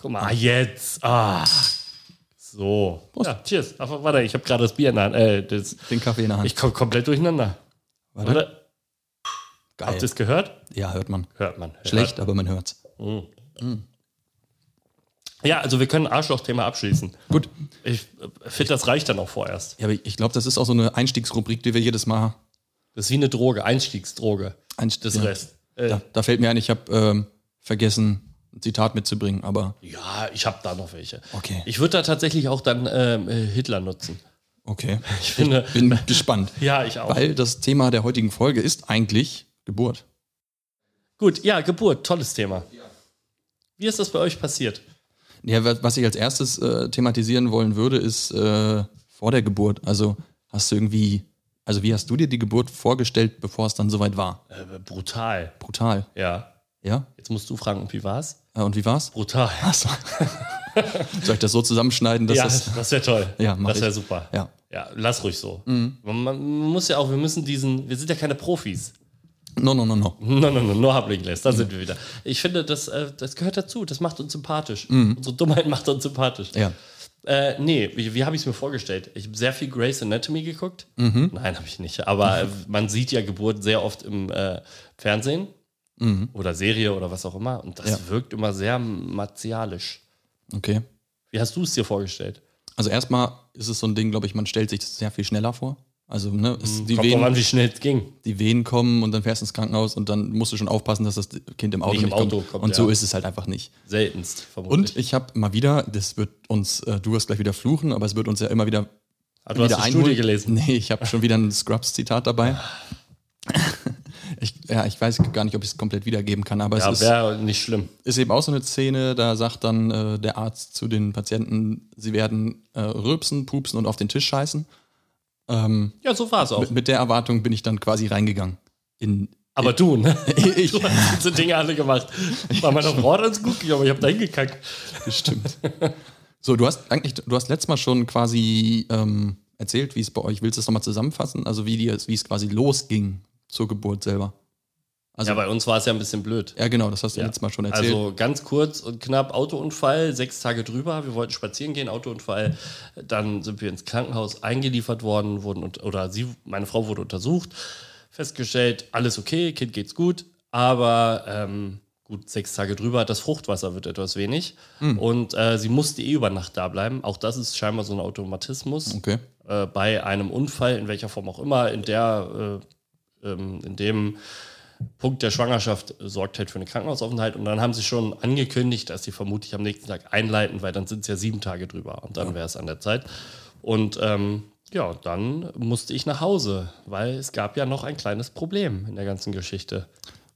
Speaker 2: Guck mal, ah, jetzt. Ah. So.
Speaker 1: Prost.
Speaker 2: Ja, cheers. Ach, warte, ich habe gerade das Bier in der Hand. Äh, das,
Speaker 1: Den Kaffee in der Hand.
Speaker 2: ich komme komplett durcheinander.
Speaker 1: Warte.
Speaker 2: Oder?
Speaker 1: Geil.
Speaker 2: Habt ihr es gehört?
Speaker 1: ja, hört man.
Speaker 2: Hört man. Hört.
Speaker 1: Schlecht, aber man hört's.
Speaker 2: Ja, also wir können Arschloch-Thema abschließen.
Speaker 1: Gut.
Speaker 2: Ich äh, finde, das reicht dann auch vorerst.
Speaker 1: Ja, aber ich glaube, das ist auch so eine Einstiegsrubrik, die wir jedes Mal
Speaker 2: Das ist wie eine Droge, Einstiegsdroge.
Speaker 1: einst-
Speaker 2: Das
Speaker 1: ja.
Speaker 2: Rest. Äh,
Speaker 1: Da, da fällt mir ein, ich habe ähm, vergessen, ein Zitat mitzubringen, aber
Speaker 2: Ja, ich habe da noch welche.
Speaker 1: Okay.
Speaker 2: Ich würde da tatsächlich auch dann ähm, äh, Hitler nutzen.
Speaker 1: okay.
Speaker 2: Ich finde,
Speaker 1: Bin gespannt.
Speaker 2: ja, ich auch.
Speaker 1: Weil das Thema der heutigen Folge ist eigentlich Geburt.
Speaker 2: Gut, ja, Geburt, tolles Thema. Wie ist das bei euch passiert?
Speaker 1: Ja, wa- was ich als erstes äh, thematisieren wollen würde, ist äh, vor der Geburt. Also hast du irgendwie, also wie hast du dir die Geburt vorgestellt, bevor es dann soweit war?
Speaker 2: Äh, brutal,
Speaker 1: Brutal,
Speaker 2: ja.
Speaker 1: ja?
Speaker 2: Jetzt musst du fragen, und wie war's?
Speaker 1: Äh, und wie war's?
Speaker 2: Brutal.
Speaker 1: Achso. Soll ich das so zusammenschneiden, dass
Speaker 2: ja,
Speaker 1: das.
Speaker 2: das wäre toll.
Speaker 1: Ja, mach
Speaker 2: das wäre
Speaker 1: ich.
Speaker 2: super.
Speaker 1: Ja.
Speaker 2: lass ruhig so.
Speaker 1: Mhm.
Speaker 2: Man, man muss ja auch, wir müssen diesen, wir sind ja keine Profis.
Speaker 1: No, no, no, no.
Speaker 2: No, no, no, no Hubling lässt, da sind wir wieder. Ich finde, das, äh, das gehört dazu, das macht uns sympathisch.
Speaker 1: Mhm.
Speaker 2: Unsere Dummheit macht uns sympathisch.
Speaker 1: Ja.
Speaker 2: Äh, nee, wie, wie habe ich es mir vorgestellt? Ich habe sehr viel Grey's Anatomy geguckt.
Speaker 1: Mhm.
Speaker 2: Nein, habe ich nicht. Aber äh, man sieht ja Geburt sehr oft im äh, Fernsehen oder Serie oder was auch immer. Und das
Speaker 1: Mhm. Ja.
Speaker 2: wirkt immer sehr martialisch.
Speaker 1: Okay.
Speaker 2: Wie hast du es dir vorgestellt?
Speaker 1: Also erstmal ist es so ein Ding, glaube ich, man stellt sich das sehr viel schneller vor. Also, ne, es, die,
Speaker 2: Mhm. Kommt drauf an,
Speaker 1: Wehen,
Speaker 2: wie schnell es ging.
Speaker 1: die Wehen kommen und dann fährst du ins Krankenhaus und dann musst du schon aufpassen, dass das Kind im Auto
Speaker 2: Nicht
Speaker 1: nicht,
Speaker 2: im Auto
Speaker 1: kommt.
Speaker 2: kommt,
Speaker 1: Und so
Speaker 2: ja.
Speaker 1: ist es halt einfach nicht.
Speaker 2: Seltenst vermutlich.
Speaker 1: Und ich habe mal wieder, das wird uns, äh, du wirst gleich wieder fluchen, aber es wird uns ja immer wieder
Speaker 2: Ah, du hast
Speaker 1: wieder
Speaker 2: eine
Speaker 1: einholen.
Speaker 2: Studie gelesen. Ah.
Speaker 1: Nee, ich habe schon wieder ein Scrubs-Zitat dabei. Ich, ja, ich weiß gar nicht, ob ich es komplett wiedergeben kann, aber
Speaker 2: Ja,
Speaker 1: es ist,
Speaker 2: wäre nicht schlimm.
Speaker 1: ist eben auch so eine Szene, da sagt dann äh, der Arzt zu den Patienten, sie werden äh, rülpsen, pupsen und auf den Tisch scheißen. Ähm,
Speaker 2: Ja, so war es auch.
Speaker 1: mit, mit der Erwartung bin ich dann quasi reingegangen. In,
Speaker 2: Aber du, ne?
Speaker 1: ich,
Speaker 2: Du hast diese Dinge alle gemacht. Bei meiner Frau hat alles gut gegangen, aber ich habe da hingekackt.
Speaker 1: Bestimmt. So, du hast eigentlich, du hast letztes Mal schon quasi ähm, erzählt, wie es bei euch, willst du es nochmal zusammenfassen? Also wie, dir, wie es quasi losging zur Geburt selber. Also,
Speaker 2: Ja,
Speaker 1: ja,
Speaker 2: bei uns war es ja ein bisschen blöd.
Speaker 1: genau, das hast du
Speaker 2: Ja.
Speaker 1: letztes Mal schon erzählt.
Speaker 2: Also ganz kurz und knapp Autounfall, sechs Tage drüber. Wir wollten spazieren gehen, Autounfall. Dann sind wir ins Krankenhaus eingeliefert worden, wurden und, oder sie, meine Frau wurde untersucht, festgestellt, alles okay, Kind geht's gut, aber ähm, gut sechs Tage drüber, das Fruchtwasser wird etwas wenig
Speaker 1: Hm.
Speaker 2: und äh, sie musste eh über Nacht da bleiben. Auch das ist scheinbar so ein Automatismus
Speaker 1: okay.
Speaker 2: äh, bei einem Unfall, in welcher Form auch immer, in der, äh, ähm, in dem Punkt der Schwangerschaft äh, sorgt halt für einen Krankenhausaufenthalt. Und dann haben sie schon angekündigt, dass sie vermutlich am nächsten Tag einleiten, weil dann sind es ja sieben Tage drüber und dann wäre es an der Zeit. Und ähm, ja, dann musste ich nach Hause, weil es gab ja noch ein kleines Problem in der ganzen Geschichte.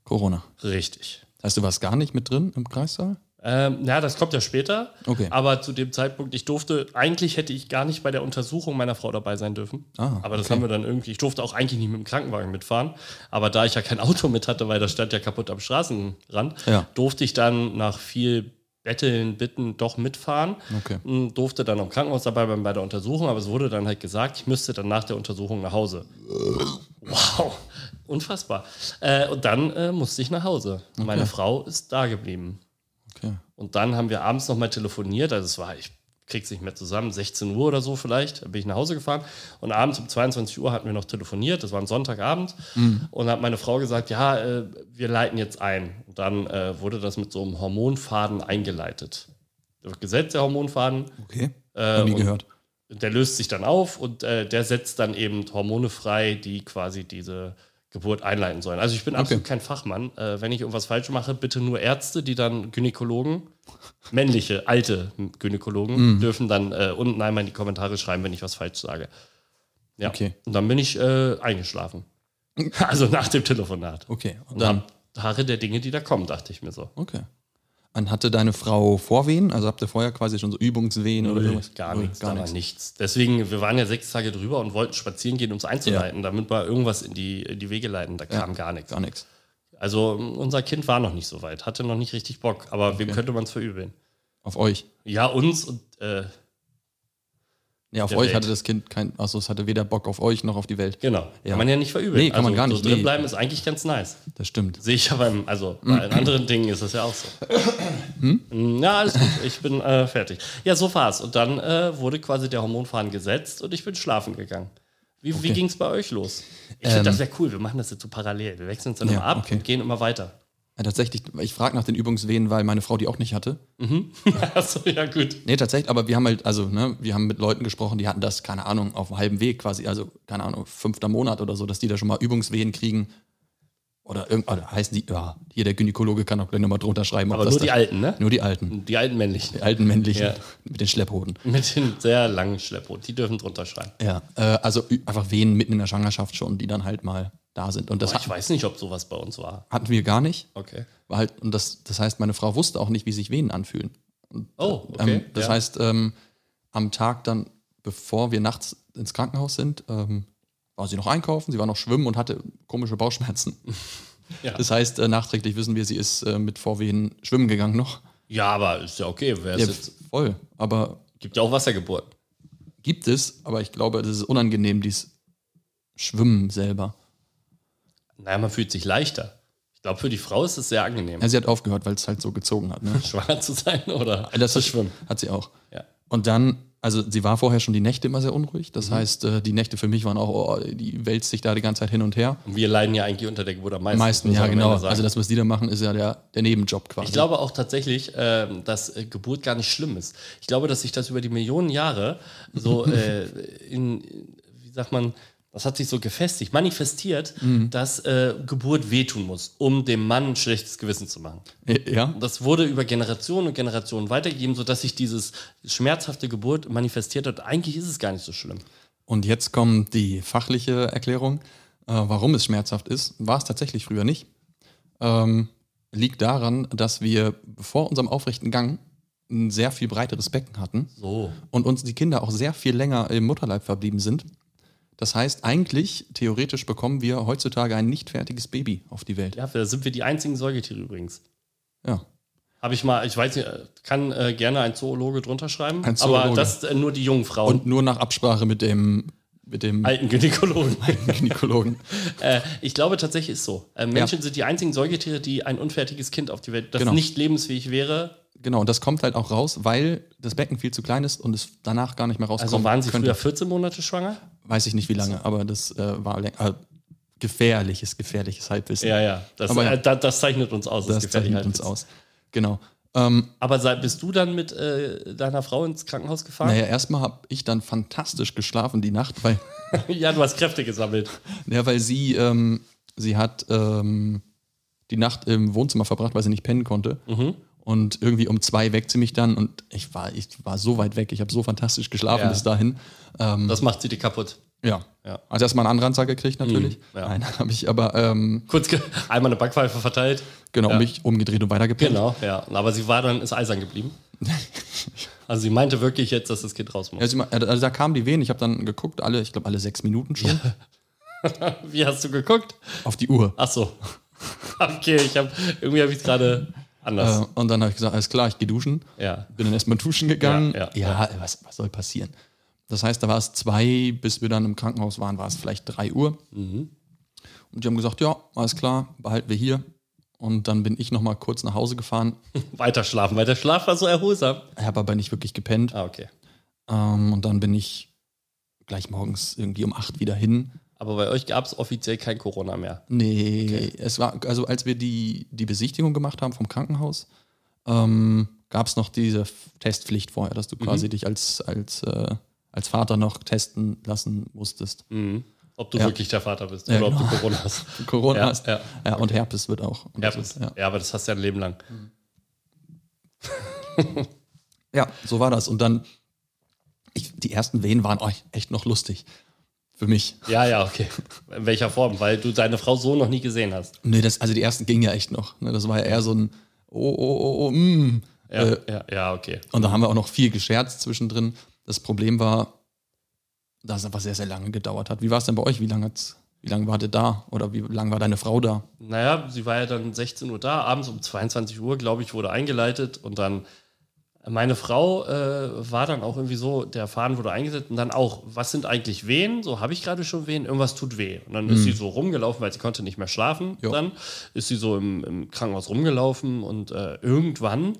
Speaker 1: Corona.
Speaker 2: Richtig.
Speaker 1: Das heißt, du warst gar nicht mit drin im Kreissaal?
Speaker 2: Ähm, na, das kommt ja später.
Speaker 1: Okay.
Speaker 2: Aber zu dem Zeitpunkt, ich durfte, eigentlich hätte ich gar nicht bei der Untersuchung meiner Frau dabei sein dürfen.
Speaker 1: Ah,
Speaker 2: aber das
Speaker 1: okay.
Speaker 2: haben wir dann irgendwie, ich durfte auch eigentlich nicht mit dem Krankenwagen mitfahren. Aber da ich ja kein Auto mit hatte, weil das stand ja kaputt am Straßenrand,
Speaker 1: Ja.
Speaker 2: durfte ich dann nach viel Betteln, Bitten doch mitfahren.
Speaker 1: Okay.
Speaker 2: Mm, Durfte dann am Krankenhaus dabei bleiben bei der Untersuchung, aber es wurde dann halt gesagt, ich müsste dann nach der Untersuchung nach Hause. Wow, unfassbar. Äh, und dann äh, musste ich nach Hause. Meine Frau ist da geblieben.
Speaker 1: Okay.
Speaker 2: Und dann haben wir abends nochmal telefoniert. Also es war, ich krieg's nicht mehr zusammen, 16 Uhr oder so vielleicht. Da bin ich nach Hause gefahren. Und abends um 22 Uhr hatten wir noch telefoniert. Das war am Sonntagabend. Und hat meine Frau gesagt, ja, äh, wir leiten jetzt ein. Und dann äh, wurde das mit so einem Hormonfaden eingeleitet. Da wird gesetzt, der Hormonfaden.
Speaker 1: Okay.
Speaker 2: Äh,
Speaker 1: Noch nie
Speaker 2: und
Speaker 1: gehört.
Speaker 2: Der löst sich dann auf und äh, der setzt dann eben Hormone frei, die quasi diese Geburt einleiten sollen. Also ich bin absolut kein Fachmann. Äh, wenn ich irgendwas falsch mache, bitte nur Ärzte, die dann Gynäkologen, männliche, alte
Speaker 1: Mhm.
Speaker 2: Gynäkologen, dürfen dann äh, unten einmal in die Kommentare schreiben, wenn ich was falsch sage. Ja.
Speaker 1: Okay.
Speaker 2: Und dann bin ich äh, eingeschlafen. Also nach dem Telefonat.
Speaker 1: Okay. Und
Speaker 2: Und
Speaker 1: dann.
Speaker 2: hab Haare der Dinge, die da kommen, dachte ich mir so.
Speaker 1: Okay. Und hatte deine Frau Vorwehen? Also habt ihr vorher quasi schon so Übungswehen oder
Speaker 2: Null,
Speaker 1: irgendwas?
Speaker 2: gar
Speaker 1: Null,
Speaker 2: nichts,
Speaker 1: Gar
Speaker 2: da
Speaker 1: nichts.
Speaker 2: war nichts. Deswegen, wir waren ja sechs Tage drüber und wollten spazieren gehen, um es einzuleiten, damit wir irgendwas in die, in die Wege leiten. Da kam gar nichts.
Speaker 1: Gar nichts.
Speaker 2: Also m, unser Kind war noch nicht so weit, hatte noch nicht richtig Bock, aber wem könnte man es verübeln?
Speaker 1: Auf euch.
Speaker 2: Ja, uns und äh,
Speaker 1: Ja, auf
Speaker 2: Der
Speaker 1: euch
Speaker 2: Welt.
Speaker 1: hatte das Kind kein, also es hatte weder Bock auf euch noch auf die Welt.
Speaker 2: genau.
Speaker 1: Ja.
Speaker 2: Kann man ja nicht verübeln. Also,
Speaker 1: Nee, kann man gar
Speaker 2: So
Speaker 1: nicht,
Speaker 2: drin
Speaker 1: nee.
Speaker 2: bleiben ist eigentlich ganz nice.
Speaker 1: Das stimmt.
Speaker 2: Sehe ich ja beim, also bei
Speaker 1: Mhm.
Speaker 2: allen anderen Dingen ist das ja auch so. Ja, alles gut, ich bin äh, fertig. Ja, so war's. Und dann äh, wurde quasi der Hormonfaden gesetzt und ich bin schlafen gegangen. Wie, wie ging's bei euch los? Ich finde, das wäre cool. Wir machen das jetzt so parallel. Wir wechseln uns dann
Speaker 1: Ähm. Ja,
Speaker 2: immer ab
Speaker 1: okay.
Speaker 2: und gehen immer weiter.
Speaker 1: Ja, tatsächlich, ich frage nach den Übungswehen, weil meine Frau die auch nicht hatte.
Speaker 2: Achso, ja, gut.
Speaker 1: Nee, tatsächlich, aber wir haben halt, also, ne, wir haben mit Leuten gesprochen, die hatten das, keine Ahnung, auf dem halben Weg quasi, also, keine Ahnung, fünfter Monat oder so, dass die da schon mal Übungswehen kriegen. Oder irgendwas, oder heißen die, ja, hier der Gynäkologe kann auch gleich nochmal drunter schreiben. ob
Speaker 2: Aber
Speaker 1: das
Speaker 2: nur die
Speaker 1: da-
Speaker 2: Alten, ne?
Speaker 1: Nur die Alten.
Speaker 2: Die alten männlichen.
Speaker 1: Die alten männlichen
Speaker 2: Ja.
Speaker 1: mit den Schlepphoden.
Speaker 2: Mit den sehr langen Schlepphoden. Die dürfen drunter schreiben.
Speaker 1: Ja, äh, also ü- einfach Wehen mitten in der Schwangerschaft schon, die dann halt mal da sind. Und das
Speaker 2: Boah, ich
Speaker 1: hat-
Speaker 2: weiß nicht, ob sowas bei uns war.
Speaker 1: hatten wir gar nicht.
Speaker 2: Okay.
Speaker 1: War halt, und das, das heißt, meine Frau wusste auch nicht, wie sich Wehen anfühlen.
Speaker 2: Oh, okay.
Speaker 1: Ähm, das
Speaker 2: ja.
Speaker 1: heißt, ähm, am Tag dann, bevor wir nachts ins Krankenhaus sind, ähm, war sie noch einkaufen, sie war noch schwimmen und hatte komische Bauchschmerzen.
Speaker 2: Ja.
Speaker 1: Das heißt, äh, nachträglich wissen wir, sie ist äh, mit Vorwehen schwimmen gegangen noch.
Speaker 2: ja, aber ist ja okay. Wer
Speaker 1: Ja,
Speaker 2: ist jetzt,
Speaker 1: voll. Aber
Speaker 2: gibt ja auch Wassergeburten.
Speaker 1: gibt es, aber ich glaube, das ist unangenehm, dies Schwimmen selber.
Speaker 2: Naja, man fühlt sich leichter. Ich glaube, für die Frau ist es sehr angenehm,
Speaker 1: Ja, sie hat aufgehört, weil es halt so gezogen hat. Ne?
Speaker 2: schwanger zu sein oder
Speaker 1: Also Das
Speaker 2: zu
Speaker 1: ist-
Speaker 2: schwimmen.
Speaker 1: Hat sie auch.
Speaker 2: Ja.
Speaker 1: Und dann, also sie war vorher schon die Nächte immer sehr unruhig. Das
Speaker 2: Mhm.
Speaker 1: heißt, äh, die Nächte für mich waren auch, oh, die wälzt sich da die ganze Zeit hin und her.
Speaker 2: Und wir leiden ja eigentlich unter der Geburt am meisten.
Speaker 1: Am meisten,
Speaker 2: muss
Speaker 1: ja,
Speaker 2: man am
Speaker 1: genau.
Speaker 2: Ende sagen.
Speaker 1: Also das, was die da machen, ist ja der, der Nebenjob quasi.
Speaker 2: ich glaube auch tatsächlich, ähm, dass äh, Geburt gar nicht schlimm ist. Ich glaube, dass sich das über die Millionen Jahre so äh, in, wie sagt man, das hat sich so gefestigt, manifestiert,
Speaker 1: Mhm.
Speaker 2: dass äh, Geburt wehtun muss, um dem Mann ein schlechtes Gewissen zu machen.
Speaker 1: ja,
Speaker 2: Und das wurde über Generationen und Generationen weitergegeben, sodass sich dieses schmerzhafte Geburt manifestiert hat. Eigentlich ist es gar nicht so schlimm.
Speaker 1: und jetzt kommt die fachliche Erklärung, äh, warum es schmerzhaft ist. War es tatsächlich früher nicht. Ähm, liegt daran, dass wir vor unserem aufrechten Gang ein sehr viel breiteres Becken hatten
Speaker 2: So.
Speaker 1: und uns die Kinder auch sehr viel länger im Mutterleib verblieben sind. Das heißt, eigentlich, theoretisch bekommen wir heutzutage ein nicht fertiges Baby auf die Welt.
Speaker 2: Ja, da sind wir die einzigen Säugetiere übrigens.
Speaker 1: Ja.
Speaker 2: Habe ich mal, ich weiß nicht, äh, kann äh, gerne ein Zoologe drunter schreiben,
Speaker 1: Ein Zoologe.
Speaker 2: aber das äh, nur die jungen Frauen.
Speaker 1: Und nur nach Absprache mit dem, mit dem
Speaker 2: alten Gynäkologen.
Speaker 1: Gynäkologen.
Speaker 2: äh, ich glaube tatsächlich ist so. Äh, Menschen sind die einzigen Säugetiere, die ein unfertiges Kind auf die Welt, das
Speaker 1: Genau.
Speaker 2: nicht lebensfähig wäre.
Speaker 1: Genau, und das kommt halt auch raus, weil das Becken viel zu klein ist und es danach gar nicht mehr rauskommt.
Speaker 2: Also waren sie
Speaker 1: könnte.
Speaker 2: früher 14 Monate schwanger?
Speaker 1: Weiß ich nicht, wie lange, aber das äh, war läng- äh, gefährliches, gefährliches Halbwissen.
Speaker 2: Ja, ja. Das,
Speaker 1: Aber ja.
Speaker 2: Äh, da, das zeichnet uns aus.
Speaker 1: das
Speaker 2: gefällt
Speaker 1: zeichnet
Speaker 2: halt
Speaker 1: uns
Speaker 2: jetzt.
Speaker 1: aus. Genau. Ähm,
Speaker 2: Aber sei, bist du dann mit äh, deiner Frau ins Krankenhaus gefahren?
Speaker 1: naja, erstmal habe ich dann fantastisch geschlafen die Nacht, weil,
Speaker 2: ja, du hast Kräfte gesammelt.
Speaker 1: ja, weil sie, ähm, sie hat ähm, die Nacht im Wohnzimmer verbracht, weil sie nicht pennen konnte.
Speaker 2: Mhm.
Speaker 1: Und irgendwie um zwei weckt sie mich dann und ich war, ich war so weit weg, ich habe so fantastisch geschlafen
Speaker 2: Ja.
Speaker 1: bis dahin. Ähm,
Speaker 2: Das macht sie dir kaputt.
Speaker 1: Ja.
Speaker 2: Ja.
Speaker 1: Also erstmal einen Anranzer gekriegt natürlich.
Speaker 2: Mhm, ja.
Speaker 1: Nein, habe ich aber ähm,
Speaker 2: Kurz ge- einmal eine Backpfeife verteilt.
Speaker 1: genau
Speaker 2: Ja.
Speaker 1: mich umgedreht und weitergepennt.
Speaker 2: Genau, ja. Aber sie war dann, ist eisern geblieben. Also sie meinte wirklich jetzt, dass das Kind raus muss.
Speaker 1: Also, immer- also da kamen die Wehen, ich habe dann geguckt, alle, ich glaube alle sechs Minuten schon,
Speaker 2: Wie hast du geguckt?
Speaker 1: auf die Uhr.
Speaker 2: Ach so. Okay, ich habe irgendwie habe ich es gerade anders.
Speaker 1: Äh, und dann habe ich gesagt, alles klar, ich gehe duschen.
Speaker 2: Ja.
Speaker 1: Bin dann erstmal duschen gegangen.
Speaker 2: Ja,
Speaker 1: Ja,
Speaker 2: ja,
Speaker 1: Was, was soll passieren? Das heißt, da war es zwei, bis wir dann im Krankenhaus waren, war es vielleicht drei Uhr.
Speaker 2: Mhm.
Speaker 1: Und die haben gesagt, ja, alles klar, behalten wir hier. Und dann bin ich nochmal kurz nach Hause gefahren,
Speaker 2: Weiter schlafen, weil der Schlaf war so erholsam.
Speaker 1: habe aber nicht wirklich gepennt.
Speaker 2: Ah, okay.
Speaker 1: Ähm, und dann bin ich gleich morgens irgendwie um 8 wieder hin.
Speaker 2: Aber bei euch gab es offiziell kein Corona mehr.
Speaker 1: Nee, es war, also als wir die, die Besichtigung gemacht haben vom Krankenhaus, ähm, gab es noch diese F- Testpflicht vorher, dass du quasi dich als, als, äh, als Vater noch testen lassen musstest.
Speaker 2: Mhm. Ob du
Speaker 1: Mhm. Ja.
Speaker 2: wirklich der Vater bist
Speaker 1: Ja,
Speaker 2: oder ob
Speaker 1: genau.
Speaker 2: du Corona hast.
Speaker 1: Corona
Speaker 2: Ja,
Speaker 1: ist,
Speaker 2: ja.
Speaker 1: ja. und Herpes wird auch.
Speaker 2: Ja,
Speaker 1: untersucht, Ja.
Speaker 2: ja, aber das hast du ja ein Leben lang.
Speaker 1: ja, so war das. Und dann, ich, die ersten Wehen waren oh, echt noch lustig. Für mich.
Speaker 2: Ja, ja, okay. In welcher Form? Weil du deine Frau so noch nie gesehen hast.
Speaker 1: Nee, das, also die ersten gingen ja echt noch. Ne? Das war ja eher so ein Oh, oh, oh, oh, mm.
Speaker 2: Ja,
Speaker 1: Äh,
Speaker 2: ja, ja okay.
Speaker 1: Und da haben wir auch noch viel gescherzt zwischendrin. Das Problem war, dass es einfach sehr, sehr lange gedauert hat. Wie war es denn bei euch? Wie lange, hat's, wie lange wart ihr da? Oder wie lange war deine Frau da?
Speaker 2: Naja, sie war ja dann 16 Uhr da, abends um 22 Uhr, glaube ich, wurde eingeleitet und dann meine Frau äh, war dann auch irgendwie so, der Faden wurde eingesetzt und dann auch, was sind eigentlich Wehen? So habe ich gerade schon Wehen, irgendwas tut weh. Und dann ist sie so rumgelaufen, weil sie konnte nicht mehr schlafen.
Speaker 1: Jo.
Speaker 2: Dann ist sie so im, im Krankenhaus rumgelaufen und äh, irgendwann,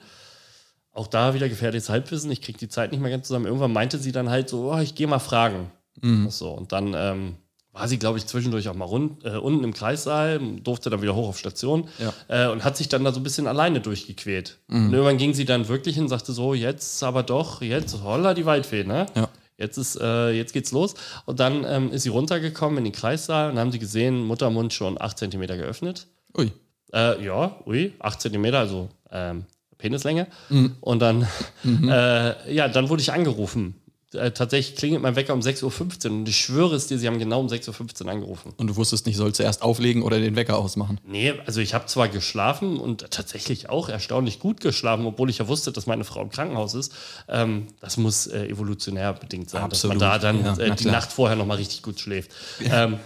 Speaker 2: auch da wieder gefährliches Halbwissen, ich kriege die Zeit nicht mehr ganz zusammen, irgendwann meinte sie dann halt so, oh, ich gehe mal fragen. So, und dann ähm, war sie, glaube ich, zwischendurch auch mal rund, äh, unten im Kreissaal, durfte dann wieder hoch auf Station äh, und hat sich dann da so ein bisschen alleine durchgequält. Und irgendwann ging sie dann wirklich hin und sagte so, jetzt aber doch, jetzt holla die Waldfee, ne?
Speaker 1: Ja.
Speaker 2: Jetzt, ist, äh, jetzt geht's los. Und dann ähm, ist sie runtergekommen in den Kreissaal und haben sie gesehen, Muttermund schon 8 cm geöffnet.
Speaker 1: Ui.
Speaker 2: Äh, ja, ui, 8 cm, also ähm, Penislänge. Und dann, äh, ja, dann wurde ich angerufen. Äh, tatsächlich klingelt mein Wecker um 6.15 Uhr und ich schwöre es dir, sie haben genau um 6.15 Uhr angerufen.
Speaker 1: Und du wusstest nicht, soll zuerst auflegen oder den Wecker ausmachen.
Speaker 2: Nee, also ich habe zwar geschlafen und tatsächlich auch erstaunlich gut geschlafen, obwohl ich ja wusste, dass meine Frau im Krankenhaus ist. Ähm, das muss äh, evolutionär bedingt sein,
Speaker 1: Absolut,
Speaker 2: dass man da dann
Speaker 1: ja,
Speaker 2: äh,
Speaker 1: na
Speaker 2: die
Speaker 1: klar.
Speaker 2: Nacht vorher nochmal richtig gut schläft. Ähm,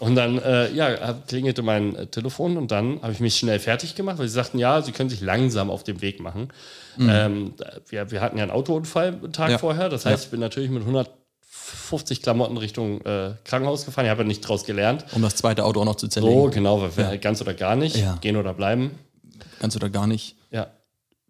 Speaker 2: und dann äh, ja, hab- klingelte mein äh, Telefon und dann habe ich mich schnell fertig gemacht, weil sie sagten, ja, sie können sich langsam auf den Weg machen. Ähm, da- wir, wir hatten ja einen Autounfall einen Tag
Speaker 1: Mhm. Ja.
Speaker 2: vorher, das heißt, ich bin natürlich mit 150 Klamotten Richtung äh, Krankenhaus gefahren. Ich habe ja nicht draus gelernt.
Speaker 1: Um das zweite Auto auch noch zu
Speaker 2: So,
Speaker 1: zerlegen.
Speaker 2: genau, weil wir halt ganz oder gar nicht,
Speaker 1: Ja.
Speaker 2: gehen oder bleiben.
Speaker 1: Ganz oder gar nicht.
Speaker 2: Ja,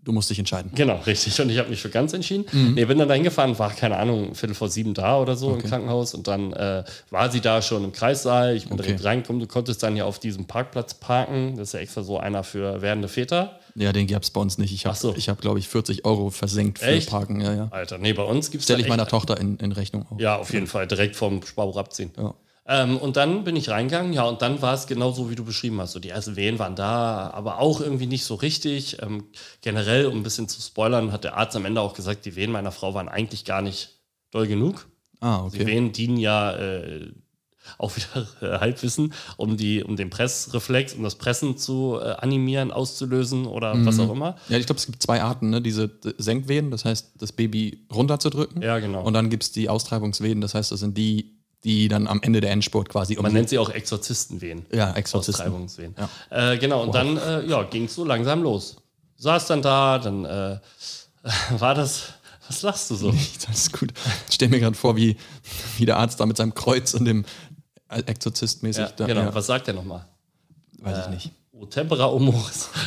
Speaker 1: Du musst dich entscheiden.
Speaker 2: genau, richtig. Und ich habe mich für ganz entschieden.
Speaker 1: Mhm.
Speaker 2: Nee, bin dann dahin gefahren, war, keine Ahnung, Viertel vor sieben da oder so im Krankenhaus. Und dann äh, war sie da schon im Kreissaal. Ich bin
Speaker 1: Okay.
Speaker 2: direkt reingekommen. Du konntest dann ja auf diesem Parkplatz parken. Das ist ja extra so einer für werdende Väter.
Speaker 1: Ja, den gab's bei uns nicht. Ich habe,
Speaker 2: Ach so.
Speaker 1: ich hab, glaube ich, 40 Euro versenkt für
Speaker 2: Echt?
Speaker 1: Parken. Ja, ja.
Speaker 2: Alter, nee, bei uns gibt es
Speaker 1: Stelle ich meiner Tochter in, in Rechnung. Auch.
Speaker 2: Ja, auf jeden Fall, direkt vom Sparbuch abziehen.
Speaker 1: Ja.
Speaker 2: Ähm, und dann bin ich reingegangen, ja, und dann war es genauso, wie du beschrieben hast. So, die ersten Wehen waren da, aber auch irgendwie nicht so richtig. Ähm, generell, um ein bisschen zu spoilern, hat der Arzt am Ende auch gesagt, die Wehen meiner Frau waren eigentlich gar nicht doll genug.
Speaker 1: Ah,
Speaker 2: Die
Speaker 1: okay.
Speaker 2: Wehen dienen ja äh, auch wieder äh, Halbwissen, um, die, um den Pressreflex, um das Pressen zu äh, animieren, auszulösen oder was
Speaker 1: Mhm.
Speaker 2: auch immer.
Speaker 1: Ja, ich glaube, es gibt zwei Arten. Ne? Diese äh, Senkwehen, das heißt, das Baby runterzudrücken.
Speaker 2: Ja, genau.
Speaker 1: Und dann gibt's die Austreibungswehen, das heißt, das sind die, die dann am Ende der Endspurt quasi um
Speaker 2: Man nennt sie auch Exorzistenwehen.
Speaker 1: ja, Exorzisten.
Speaker 2: Austreibungswehen. Äh, genau, und dann äh, ja, ging es so langsam los. Saß dann da, dann äh, war das. Was lachst du so?
Speaker 1: Das ist gut. Ich stelle mir gerade vor, wie, wie der Arzt da mit seinem Kreuz und dem Exorzist mäßig.
Speaker 2: Ja,
Speaker 1: da,
Speaker 2: genau,
Speaker 1: ja,
Speaker 2: was sagt er nochmal? Äh,
Speaker 1: weiß ich nicht.
Speaker 2: O tempera humoris.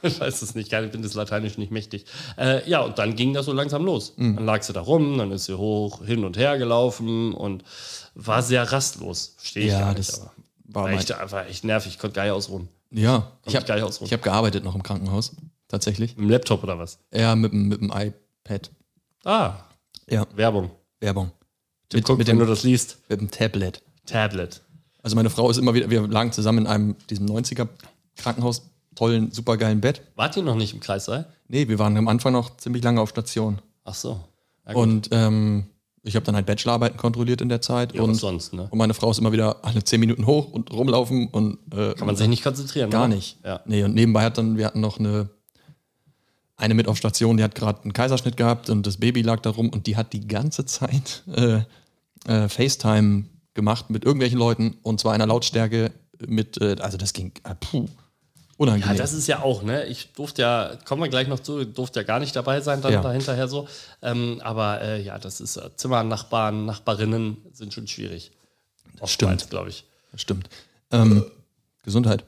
Speaker 2: Ich weiß es nicht, ich bin des Lateinisch nicht mächtig. Äh, ja, und dann ging das so langsam los.
Speaker 1: Mhm.
Speaker 2: Dann lag sie da rum, dann ist sie hoch, hin und her gelaufen und war sehr rastlos. Verstehe Äh, ich
Speaker 1: Ja,
Speaker 2: gar nicht.
Speaker 1: das
Speaker 2: aber
Speaker 1: war
Speaker 2: war,
Speaker 1: mein,
Speaker 2: echt, war echt nervig, ich konnte gar nicht ausruhen.
Speaker 1: Ja, ich
Speaker 2: ich gar nicht
Speaker 1: habe
Speaker 2: ausruhen.
Speaker 1: hab gearbeitet noch im Krankenhaus, tatsächlich.
Speaker 2: Im Laptop oder was?
Speaker 1: Ja, mit, dem- mit dem iPad.
Speaker 2: Ah,
Speaker 1: Ja,
Speaker 2: Werbung.
Speaker 1: Werbung.
Speaker 2: Tim
Speaker 1: Mit-
Speaker 2: Cook,
Speaker 1: mit
Speaker 2: wenn
Speaker 1: dem-
Speaker 2: du das liest.
Speaker 1: Mit dem Tablet.
Speaker 2: Tablet.
Speaker 1: Also meine Frau ist immer wieder, wir lagen zusammen in einem, diesem 90er Krankenhaus, tollen, supergeilen Bett.
Speaker 2: Wart ihr noch nicht im Kreissaal?
Speaker 1: Nee, wir waren am Anfang noch ziemlich lange auf Station.
Speaker 2: Ach so. Ja, gut.
Speaker 1: Und ähm, ich habe dann halt Bachelorarbeiten kontrolliert in der Zeit.
Speaker 2: ja,
Speaker 1: und,
Speaker 2: was sonst, ne?
Speaker 1: und meine Frau ist immer wieder alle 10 Minuten hoch und rumlaufen und äh,
Speaker 2: Kann man sich nicht konzentrieren.
Speaker 1: gar
Speaker 2: ne?
Speaker 1: nicht.
Speaker 2: Ja.
Speaker 1: Nee, und nebenbei hat dann, wir hatten noch eine, eine mit auf Station, die hat gerade einen Kaiserschnitt gehabt und das Baby lag da rum und die hat die ganze Zeit äh, äh, FaceTime gemacht mit irgendwelchen Leuten und zwar in einer Lautstärke mit, äh, also das ging, äh, puh,
Speaker 2: Ja,
Speaker 1: unangenehm.
Speaker 2: das ist ja auch, ne? Ich durfte ja, kommen wir gleich noch zu, durfte ja gar nicht dabei sein, dann
Speaker 1: Ja.
Speaker 2: da hinterher so. Ähm, aber äh, ja, das ist äh, Zimmernachbarn, Nachbarinnen sind schon schwierig.
Speaker 1: stimmt.
Speaker 2: glaube ich.
Speaker 1: Stimmt. Ähm, Gesundheit.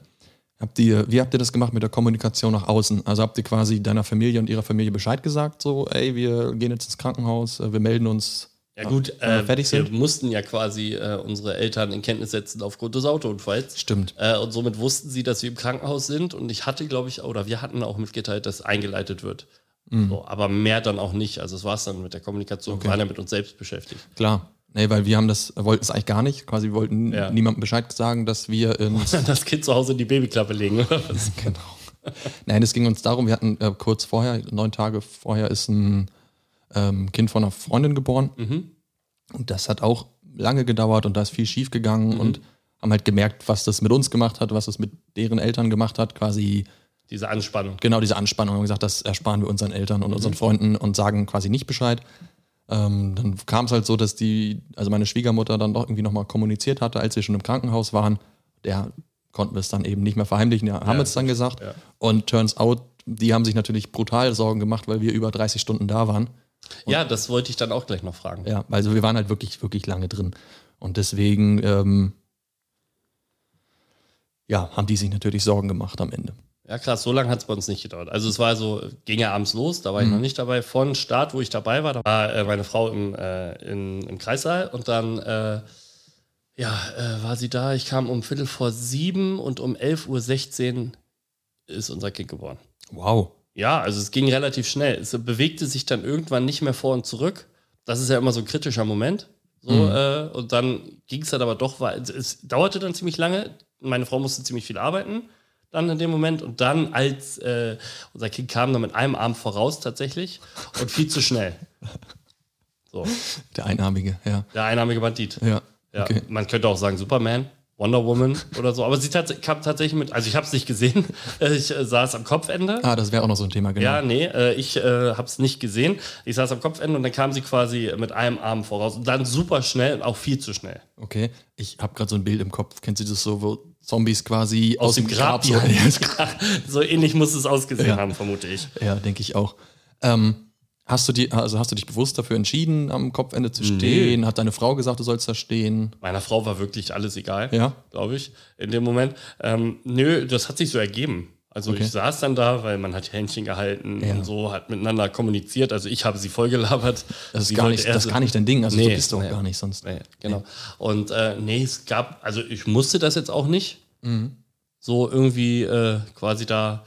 Speaker 1: Habt ihr, wie habt ihr das gemacht mit der Kommunikation nach außen? Also habt ihr quasi deiner Familie und ihrer Familie Bescheid gesagt, so, ey, wir gehen jetzt ins Krankenhaus, äh, wir melden uns.
Speaker 2: Ja, gut,
Speaker 1: wenn wir
Speaker 2: äh,
Speaker 1: fertig sind?
Speaker 2: wir mussten ja quasi äh, unsere Eltern in Kenntnis setzen aufgrund des Autounfalls.
Speaker 1: Stimmt.
Speaker 2: Äh, und somit wussten sie, dass wir im Krankenhaus sind. Und ich hatte, glaube ich, oder wir hatten auch mitgeteilt, dass eingeleitet wird. So, aber mehr dann auch nicht. Also, es war es dann mit der Kommunikation. Wir waren ja mit uns selbst beschäftigt.
Speaker 1: Klar. Nee, weil wir haben das, wollten es eigentlich gar nicht. Quasi wir wollten
Speaker 2: Ja.
Speaker 1: niemandem Bescheid sagen, dass wir ins.
Speaker 2: Das Kind zu Hause in die Babyklappe legen. oder was?
Speaker 1: genau. Nein, es ging uns darum, wir hatten äh, kurz vorher, neun Tage vorher, ist ein ähm, Kind von einer Freundin geboren. Und das hat auch lange gedauert und da ist viel schief gegangen und haben halt gemerkt, was das mit uns gemacht hat, was das mit deren Eltern gemacht hat, quasi
Speaker 2: Diese Anspannung.
Speaker 1: genau diese Anspannung. Wir haben gesagt, das ersparen wir unseren Eltern und unseren Freunden und sagen quasi nicht Bescheid. Ähm, dann kam es halt so, dass die, also meine Schwiegermutter dann doch irgendwie nochmal kommuniziert hatte, als wir schon im Krankenhaus waren. Der konnten wir es dann eben nicht mehr verheimlichen, ja, haben es dann gesagt.
Speaker 2: ja.
Speaker 1: Und turns out, die haben sich natürlich brutal Sorgen gemacht, weil wir über 30 Stunden da waren.
Speaker 2: Ja, das wollte ich dann auch gleich noch fragen.
Speaker 1: Ja, also wir waren halt wirklich, wirklich lange drin. Und deswegen, ähm, ja, haben die sich natürlich Sorgen gemacht am Ende.
Speaker 2: Ja, krass, so lange hat es bei uns nicht gedauert. Also es war so, ging ja abends los, da war ich noch nicht dabei. Von Start, wo ich dabei war, da war äh, meine Frau im, äh, in, im Kreissaal und dann äh, ja, äh, war sie da. Ich kam um Viertel vor sieben und um 11.16 Uhr ist unser Kind geboren.
Speaker 1: Wow.
Speaker 2: Ja, also es ging relativ schnell. Es bewegte sich dann irgendwann nicht mehr vor und zurück. Das ist ja immer so ein kritischer Moment. So,
Speaker 1: Mhm.
Speaker 2: äh, und dann ging es dann aber doch weiter. Es dauerte dann ziemlich lange. Meine Frau musste ziemlich viel arbeiten, dann in dem Moment. Und dann, als äh, unser Kind kam, dann mit einem Arm voraus tatsächlich und viel zu schnell. So,
Speaker 1: Der Einarmige, ja.
Speaker 2: der einarmige Bandit.
Speaker 1: Ja.
Speaker 2: Ja,
Speaker 1: Okay.
Speaker 2: man könnte auch sagen Superman, Wonder Woman oder so. Aber sie tats kam tatsächlich mit, also ich habe es nicht gesehen, Äh, ich äh, saß am Kopfende.
Speaker 1: Ah, das wäre auch noch so ein Thema, genau.
Speaker 2: Ja, nee, äh, ich äh, habe es nicht gesehen. Ich saß am Kopfende und dann kam sie quasi mit einem Arm voraus. Und dann super schnell und auch viel zu schnell.
Speaker 1: Okay. Ich habe gerade so ein Bild im Kopf. Kennst du das so, wo Zombies quasi aus, dem Grab,
Speaker 2: die
Speaker 1: so
Speaker 2: Hand- so ähnlich muss es ausgesehen
Speaker 1: Ja.
Speaker 2: haben, vermute ich.
Speaker 1: Ja, denke ich auch. Ähm, hast, du die, also hast du dich bewusst dafür entschieden, am Kopfende zu stehen? Hat deine Frau gesagt, du sollst da stehen?
Speaker 2: Meiner Frau war wirklich alles egal,
Speaker 1: Ja.
Speaker 2: glaube ich, in dem Moment. Ähm, nö, das hat sich so ergeben. Also
Speaker 1: Okay.
Speaker 2: ich saß dann da, weil man hat Händchen gehalten
Speaker 1: Ja.
Speaker 2: und so, hat miteinander kommuniziert. Also ich habe sie vollgelabert.
Speaker 1: Das ist,
Speaker 2: Sie
Speaker 1: gar
Speaker 2: wollte
Speaker 1: nicht,
Speaker 2: erst-
Speaker 1: das ist gar nicht dein Ding. Also, so
Speaker 2: Nee,
Speaker 1: bist du auch
Speaker 2: nee.
Speaker 1: gar nicht sonst.
Speaker 2: Nee, genau. Und äh, nee, es gab, also ich musste das jetzt auch nicht so irgendwie äh, quasi da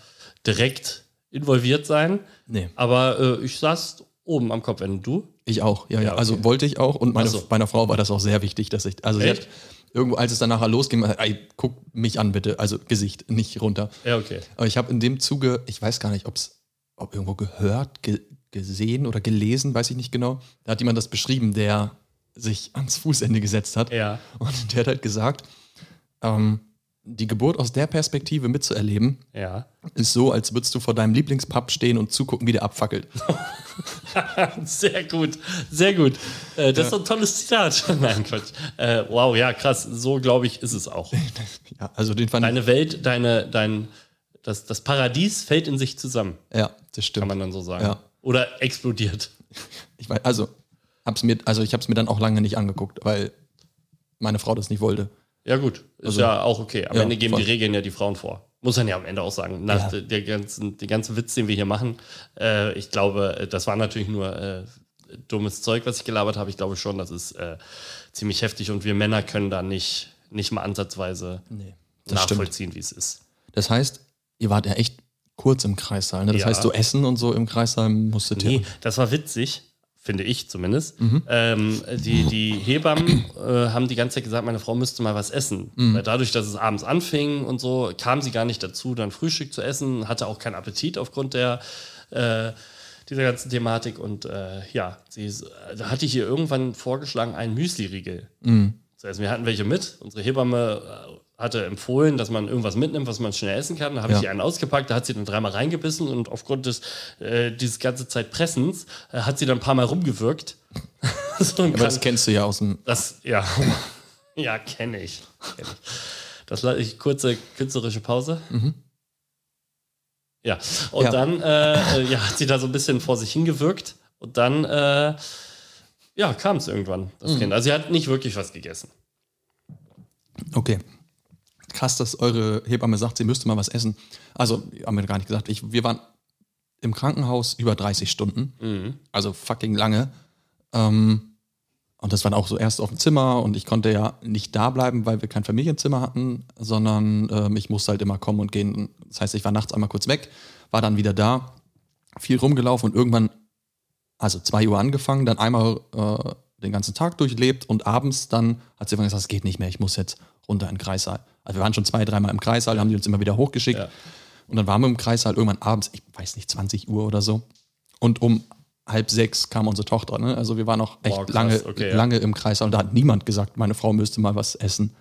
Speaker 2: direkt involviert sein.
Speaker 1: Nee,
Speaker 2: Aber äh, ich saß oben am Kopfende. Du?
Speaker 1: ich auch. Ja, ja.
Speaker 2: Ja, okay.
Speaker 1: Also, wollte ich auch. Und meine,
Speaker 2: Ach so.
Speaker 1: meiner Frau war das auch sehr wichtig, dass ich. Also, sie
Speaker 2: Echt?
Speaker 1: hat, irgendwo, als es dann nachher losging, man sagt, ey, guck mich an, bitte. Also, Gesicht, nicht runter.
Speaker 2: Ja, okay.
Speaker 1: Aber ich habe in dem Zuge, ich weiß gar nicht, ob's, ob irgendwo gehört, ge gesehen oder gelesen, weiß ich nicht genau. Da hat jemand das beschrieben, der sich ans Fußende gesetzt hat.
Speaker 2: Ja.
Speaker 1: Und der hat halt gesagt, ähm, die Geburt aus der Perspektive mitzuerleben,
Speaker 2: Ja.
Speaker 1: ist so, als würdest du vor deinem Lieblingspub stehen und zugucken, wie der abfackelt.
Speaker 2: Sehr gut, sehr gut. Äh, das ist ein tolles Zitat. Nein, Quatsch. Äh, wow, ja, krass. So, glaube ich, ist es auch.
Speaker 1: ja, also den fand ich.
Speaker 2: Deine Welt, deine, dein, das, das Paradies fällt in sich zusammen,
Speaker 1: Ja, das
Speaker 2: kann
Speaker 1: stimmt.
Speaker 2: man dann so sagen.
Speaker 1: Ja.
Speaker 2: Oder explodiert.
Speaker 1: Ich weiß, also, hab's mir, also ich habe es mir dann auch lange nicht angeguckt, weil meine Frau das nicht wollte.
Speaker 2: Ja, gut. Ist
Speaker 1: Also-
Speaker 2: ja auch okay. Am
Speaker 1: Ja,
Speaker 2: Ende geben
Speaker 1: voll.
Speaker 2: die Regeln ja die Frauen vor. Muss man ja am Ende auch sagen. Nach
Speaker 1: Ja.
Speaker 2: der ganzen, den ganzen Witz, den wir hier machen, äh, ich glaube, äh, das war natürlich nur äh, dummes Zeug, was ich gelabert habe. Ich glaube schon, das ist äh, ziemlich heftig und wir Männer können da nicht, nicht mal ansatzweise
Speaker 1: Nee. Das stimmt.
Speaker 2: nachvollziehen, wie es ist.
Speaker 1: Das heißt, ihr wart ja echt kurz im Kreissaal. Ne? Das
Speaker 2: Ja.
Speaker 1: heißt, so Essen und so im Kreissaal musstet ihr.
Speaker 2: Nee, das war witzig, finde ich zumindest. Ähm, die, die Hebammen äh, haben die ganze Zeit gesagt, meine Frau müsste mal was essen. Weil dadurch, dass es abends anfing und so, kam sie gar nicht dazu, dann Frühstück zu essen, hatte auch keinen Appetit aufgrund der äh, dieser ganzen Thematik. Und äh, ja, sie, ist- da hatte ich ihr irgendwann vorgeschlagen, einen Müsli-Riegel. Das heißt, wir hatten welche mit. Unsere Hebamme äh, hatte empfohlen, dass man irgendwas mitnimmt, was man schnell essen kann. Da habe
Speaker 1: Ja.
Speaker 2: ich ihr einen ausgepackt, da hat sie dann dreimal reingebissen und aufgrund des äh, dieses ganze Zeit Pressens äh, hat sie dann ein paar Mal rumgewirkt. so ein
Speaker 1: Aber
Speaker 2: kann,
Speaker 1: das kennst du ja aus dem.
Speaker 2: das, ja, ja kenne ich. Kenn ich. Das lasse ich kurze künstlerische Pause. Ja, und
Speaker 1: Mhm. Ja.
Speaker 2: dann äh, äh, ja, hat sie da so ein bisschen vor sich hingewirkt und dann äh, ja, kam es irgendwann, das
Speaker 1: Mhm.
Speaker 2: Kind. Also sie hat nicht wirklich was gegessen.
Speaker 1: Okay. Krass, dass eure Hebamme sagt, sie müsste mal was essen. Also, haben wir gar nicht gesagt. Ich, wir waren im Krankenhaus über 30 Stunden.
Speaker 2: Mhm.
Speaker 1: Also fucking lange. Ähm, und das waren auch so erst auf dem Zimmer und ich konnte ja nicht da bleiben, weil wir kein Familienzimmer hatten, sondern ähm, ich musste halt immer kommen und gehen. Das heißt, ich war nachts einmal kurz weg, war dann wieder da, viel rumgelaufen und irgendwann, also 2 Uhr angefangen, dann einmal äh, den ganzen Tag durchlebt und abends dann hat sie irgendwann gesagt, es geht nicht mehr, ich muss jetzt runter in den Kreissaal. Also wir waren schon zwei, dreimal im Kreissaal, haben die uns immer wieder hochgeschickt.
Speaker 2: Ja.
Speaker 1: Und dann waren wir im Kreissaal irgendwann abends, ich weiß nicht, 20 Uhr oder so. Und um halb sechs kam unsere Tochter. Ne? Also wir waren noch echt
Speaker 2: Boah, krass,
Speaker 1: lange,
Speaker 2: okay, ja.
Speaker 1: lange im Kreissaal und da hat niemand gesagt, meine Frau müsste mal was essen.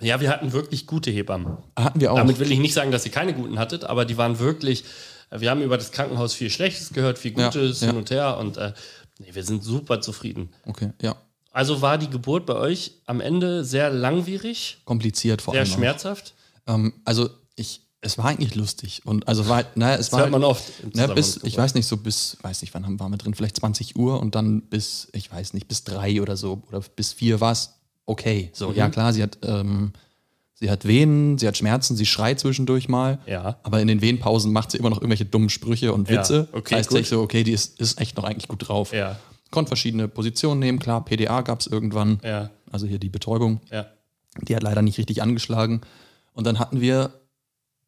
Speaker 2: Ja, wir hatten wirklich gute Hebammen.
Speaker 1: Ah, Hatten wir auch.
Speaker 2: Damit will ich nicht sagen, dass ihr keine guten hattet, aber die waren wirklich. äh, Wir haben über das Krankenhaus viel Schlechtes gehört, viel
Speaker 1: Ja,
Speaker 2: Gutes
Speaker 1: ja.
Speaker 2: hin und her und äh, nee, wir sind super zufrieden.
Speaker 1: okay, ja.
Speaker 2: Also war die Geburt bei euch am Ende sehr langwierig,
Speaker 1: Kompliziert vor
Speaker 2: sehr
Speaker 1: allem. auch.
Speaker 2: schmerzhaft.
Speaker 1: Ähm, also ich, es war eigentlich lustig. Und also war, naja, es
Speaker 2: Das
Speaker 1: war
Speaker 2: hört man
Speaker 1: halt,
Speaker 2: oft. im
Speaker 1: ne,
Speaker 2: Zusammenhang
Speaker 1: bis,
Speaker 2: mit
Speaker 1: ich
Speaker 2: Geburt.
Speaker 1: weiß nicht, so bis, weiß nicht, wann haben, waren wir drin, vielleicht 20 Uhr und dann bis, ich weiß nicht, bis drei oder so oder bis vier war es okay. So,
Speaker 2: Mhm.
Speaker 1: ja klar, sie hat, ähm, sie hat Venen, sie hat Schmerzen, sie schreit zwischendurch mal.
Speaker 2: Ja.
Speaker 1: Aber in den Wehenpausen macht sie immer noch irgendwelche dummen Sprüche und
Speaker 2: Ja,
Speaker 1: Witze.
Speaker 2: okay,
Speaker 1: heißt
Speaker 2: gut.
Speaker 1: echt so, okay, die ist, ist echt noch eigentlich gut drauf.
Speaker 2: Ja,
Speaker 1: Konnte verschiedene Positionen nehmen, klar, PDA gab es irgendwann.
Speaker 2: ja.
Speaker 1: also hier die Betäubung,
Speaker 2: Ja.
Speaker 1: die hat leider nicht richtig angeschlagen. Und dann hatten wir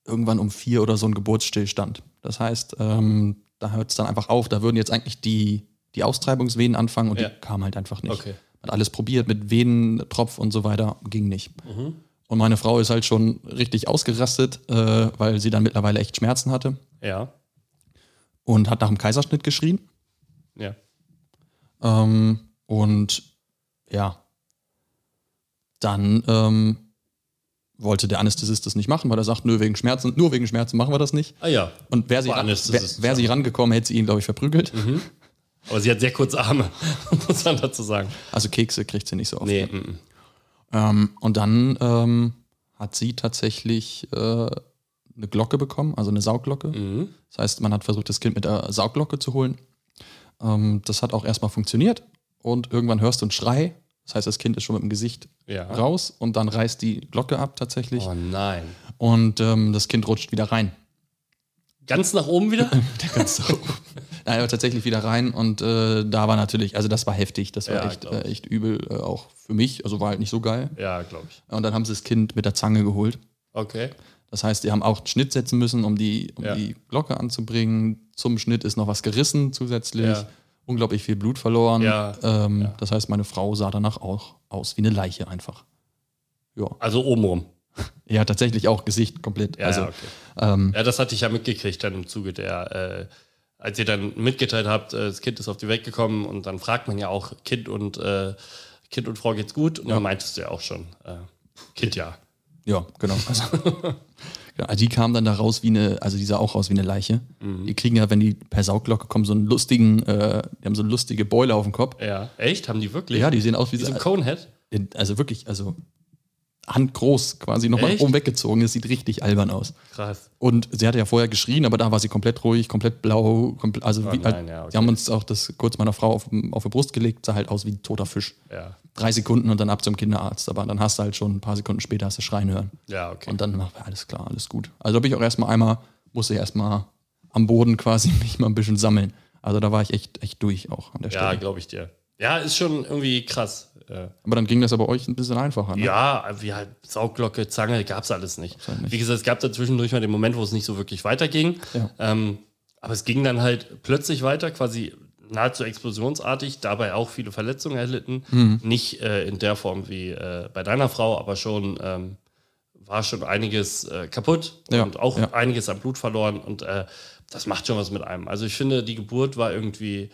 Speaker 1: irgendwann um vier oder so einen Geburtsstillstand. Das heißt, ähm, da hört es dann einfach auf. Da würden jetzt eigentlich die, die Austreibungsvenen anfangen und
Speaker 2: Ja.
Speaker 1: die kamen halt einfach nicht.
Speaker 2: Okay.
Speaker 1: Hat alles probiert mit Venentropf und so weiter, ging nicht.
Speaker 2: Mhm.
Speaker 1: Und meine Frau ist halt schon richtig ausgerastet, äh, weil sie dann mittlerweile echt Schmerzen hatte
Speaker 2: Ja.
Speaker 1: und hat nach dem Kaiserschnitt geschrien.
Speaker 2: Ja.
Speaker 1: Ähm, und ja, dann ähm, wollte der Anästhesist das nicht machen, weil er sagt, nö, wegen Schmerzen, nur wegen Schmerzen machen wir das nicht.
Speaker 2: Ah ja.
Speaker 1: Und wäre sie,
Speaker 2: War
Speaker 1: ran, wär,
Speaker 2: Anästhesist, Mhm.
Speaker 1: wär sie rangekommen, hätte sie ihn, glaube ich, verprügelt.
Speaker 2: Aber sie hat sehr kurze Arme, muss man dazu sagen.
Speaker 1: Also Kekse kriegt sie nicht so oft.
Speaker 2: Nee, mhm.
Speaker 1: Ähm, und dann ähm, hat sie tatsächlich äh, eine Glocke bekommen, also eine Sauglocke.
Speaker 2: Mhm.
Speaker 1: Das heißt, man hat versucht, das Kind mit der Sauglocke zu holen. Ähm, das hat auch erstmal funktioniert. Und irgendwann hörst du einen Schrei. Das heißt, das Kind ist schon mit dem Gesicht
Speaker 2: Ja.
Speaker 1: raus und dann reißt die Glocke ab tatsächlich.
Speaker 2: Oh nein.
Speaker 1: Und ähm, das Kind rutscht wieder rein.
Speaker 2: Ganz nach oben wieder?
Speaker 1: Ganz so. Nein, aber tatsächlich wieder rein. Und äh, da war natürlich, also das war heftig. Das war
Speaker 2: Ja,
Speaker 1: echt,
Speaker 2: glaub
Speaker 1: äh, echt übel, äh, auch für mich. Also war halt nicht so geil.
Speaker 2: ja, glaube ich.
Speaker 1: Und dann haben sie das Kind mit der Zange geholt.
Speaker 2: Okay.
Speaker 1: Das heißt, die haben auch einen Schnitt setzen müssen, um die, um
Speaker 2: Ja.
Speaker 1: die Glocke anzubringen. Zum Schnitt ist noch was gerissen zusätzlich.
Speaker 2: Ja.
Speaker 1: Unglaublich viel Blut verloren.
Speaker 2: Ja.
Speaker 1: Ähm,
Speaker 2: Ja.
Speaker 1: Das heißt, meine Frau sah danach auch aus wie eine Leiche einfach. Ja,
Speaker 2: Also obenrum.
Speaker 1: ja tatsächlich auch Gesicht komplett.
Speaker 2: Ja,
Speaker 1: also,
Speaker 2: ja, okay.
Speaker 1: ähm,
Speaker 2: Ja, das hatte ich ja mitgekriegt dann im Zuge der, äh, als ihr dann mitgeteilt habt, äh, das Kind ist auf die Welt gekommen und dann fragt man ja auch Kind und äh, Kind und Frau geht's gut und dann meintest du ja auch schon äh, Kind ja.
Speaker 1: ja genau. Also, genau. Also die kam dann da raus wie eine, also die sah auch aus wie eine Leiche.
Speaker 2: Mhm.
Speaker 1: Die kriegen ja, wenn die per Sauglocke kommen, so einen lustigen, äh, die haben so lustige Beule auf dem Kopf.
Speaker 2: Ja, echt? Haben die wirklich?
Speaker 1: Ja, die sehen aus wie,
Speaker 2: Wie so
Speaker 1: so,
Speaker 2: ein Conehead?
Speaker 1: also wirklich, also handgroß quasi nochmal
Speaker 2: Echt?
Speaker 1: oben weggezogen. Das sieht richtig albern aus.
Speaker 2: Krass.
Speaker 1: Und sie hatte ja vorher geschrien, aber da war sie komplett ruhig, komplett blau. Komplett, also
Speaker 2: Oh
Speaker 1: wie,
Speaker 2: nein, ja, okay.
Speaker 1: die haben uns auch das kurz meiner Frau auf, auf die Brust gelegt, sah halt aus wie ein toter Fisch.
Speaker 2: Ja,
Speaker 1: Drei Sekunden und dann ab zum Kinderarzt. Aber dann hast du halt schon ein paar Sekunden später hast du Schreien hören.
Speaker 2: ja, okay.
Speaker 1: Und dann war ja, alles klar, alles gut. Also da bin ich auch erstmal einmal, musste ich erstmal am Boden quasi mich mal ein bisschen sammeln. Also da war ich echt, echt durch auch an der
Speaker 2: ja,
Speaker 1: Stelle.
Speaker 2: glaube ich dir. Ja, ist schon irgendwie krass. Äh,
Speaker 1: aber dann ging das aber euch ein bisschen einfacher. Ne?
Speaker 2: Ja, wie halt Sauglocke, Zange, gab's alles nicht.
Speaker 1: halt nicht.
Speaker 2: Wie gesagt, es gab da zwischendurch mal den Moment, wo es nicht so wirklich weiterging.
Speaker 1: Ja.
Speaker 2: Ähm, aber es ging dann halt plötzlich weiter, quasi nahezu explosionsartig, dabei auch viele Verletzungen erlitten.
Speaker 1: Mhm.
Speaker 2: Nicht äh, in der Form wie äh, bei deiner Frau, aber schon ähm, war schon einiges äh, kaputt
Speaker 1: Ja,
Speaker 2: und auch
Speaker 1: ja.
Speaker 2: einiges an Blut verloren. Und äh, das macht schon was mit einem. Also ich finde, die Geburt war irgendwie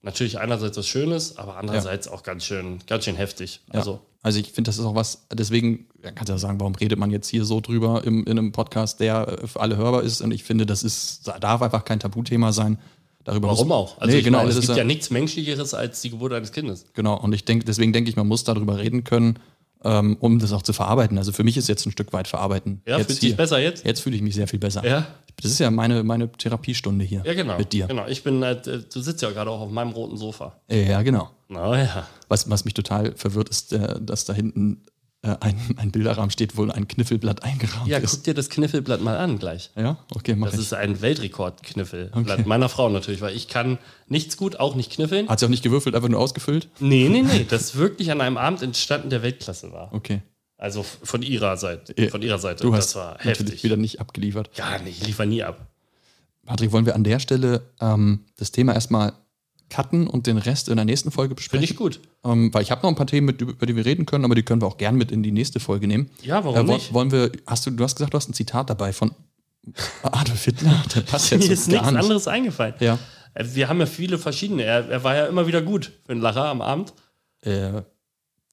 Speaker 2: natürlich einerseits was Schönes, aber andererseits auch ganz schön, ganz schön heftig.
Speaker 1: Ja.
Speaker 2: Also
Speaker 1: Also ich finde, das ist auch was, deswegen ja, kannst du ja sagen, warum redet man jetzt hier so drüber im, in einem Podcast, der äh, für alle hörbar ist. Und ich finde, das ist, da darf einfach kein Tabuthema sein. Darüber
Speaker 2: Warum
Speaker 1: muss,
Speaker 2: auch? Also
Speaker 1: nee,
Speaker 2: ich
Speaker 1: genau,
Speaker 2: meine, es
Speaker 1: das
Speaker 2: gibt
Speaker 1: ist
Speaker 2: ja
Speaker 1: ja,
Speaker 2: nichts Menschlicheres als die Geburt eines Kindes.
Speaker 1: genau. Und ich denke, deswegen denke ich, man muss darüber reden können, ähm, um das auch zu verarbeiten. Also für mich ist jetzt ein Stück weit verarbeiten.
Speaker 2: Ja,
Speaker 1: jetzt
Speaker 2: fühlt
Speaker 1: hier.
Speaker 2: sich besser jetzt?
Speaker 1: Jetzt fühle ich mich sehr viel besser.
Speaker 2: Ja,
Speaker 1: Das ist ja meine, meine Therapiestunde hier
Speaker 2: ja genau.
Speaker 1: mit dir.
Speaker 2: Genau, ich bin, halt, äh, du sitzt ja gerade auch auf meinem roten Sofa.
Speaker 1: Ja, genau.
Speaker 2: Na ja.
Speaker 1: Was, was mich total verwirrt, ist, äh, dass da hinten äh, ein, ein Bilderrahmen steht, wo ein Kniffelblatt eingerahmt
Speaker 2: Ja,
Speaker 1: ist.
Speaker 2: guck dir das Kniffelblatt mal an gleich.
Speaker 1: Ja, okay, mach
Speaker 2: Das
Speaker 1: ich.
Speaker 2: ist ein Weltrekord-Kniffelblatt.
Speaker 1: Okay.
Speaker 2: Meiner Frau natürlich, weil ich kann nichts gut, auch nicht kniffeln.
Speaker 1: Hat sie auch nicht gewürfelt, einfach nur ausgefüllt?
Speaker 2: Nee, nee, nee. Das wirklich an einem Abend entstanden, der Weltklasse war.
Speaker 1: Okay.
Speaker 2: Also f- von ihrer Seite.
Speaker 1: Ja.
Speaker 2: Von ihrer Seite.
Speaker 1: Du hast
Speaker 2: das war
Speaker 1: natürlich
Speaker 2: heftig.
Speaker 1: wieder nicht abgeliefert.
Speaker 2: Gar nicht, ich liefer nie ab.
Speaker 1: Patrick, wollen wir an der Stelle ähm, das Thema erstmal cutten und den Rest in der nächsten Folge
Speaker 2: Finde
Speaker 1: besprechen?
Speaker 2: ich gut.
Speaker 1: Ähm, weil ich habe noch ein paar Themen, mit, über die wir reden können, aber die können wir auch gern mit in die nächste Folge nehmen.
Speaker 2: Ja, warum
Speaker 1: Äh, wo-
Speaker 2: nicht?
Speaker 1: Wollen wir, hast du, du hast gesagt, du hast ein Zitat dabei von Adolf Hitler. Der passt jetzt
Speaker 2: Mir ist
Speaker 1: so gar
Speaker 2: nichts
Speaker 1: nicht.
Speaker 2: anderes eingefallen.
Speaker 1: Ja.
Speaker 2: Äh, Wir haben ja viele verschiedene. Er, er war ja immer wieder gut für den Lacher am Abend.
Speaker 1: Äh,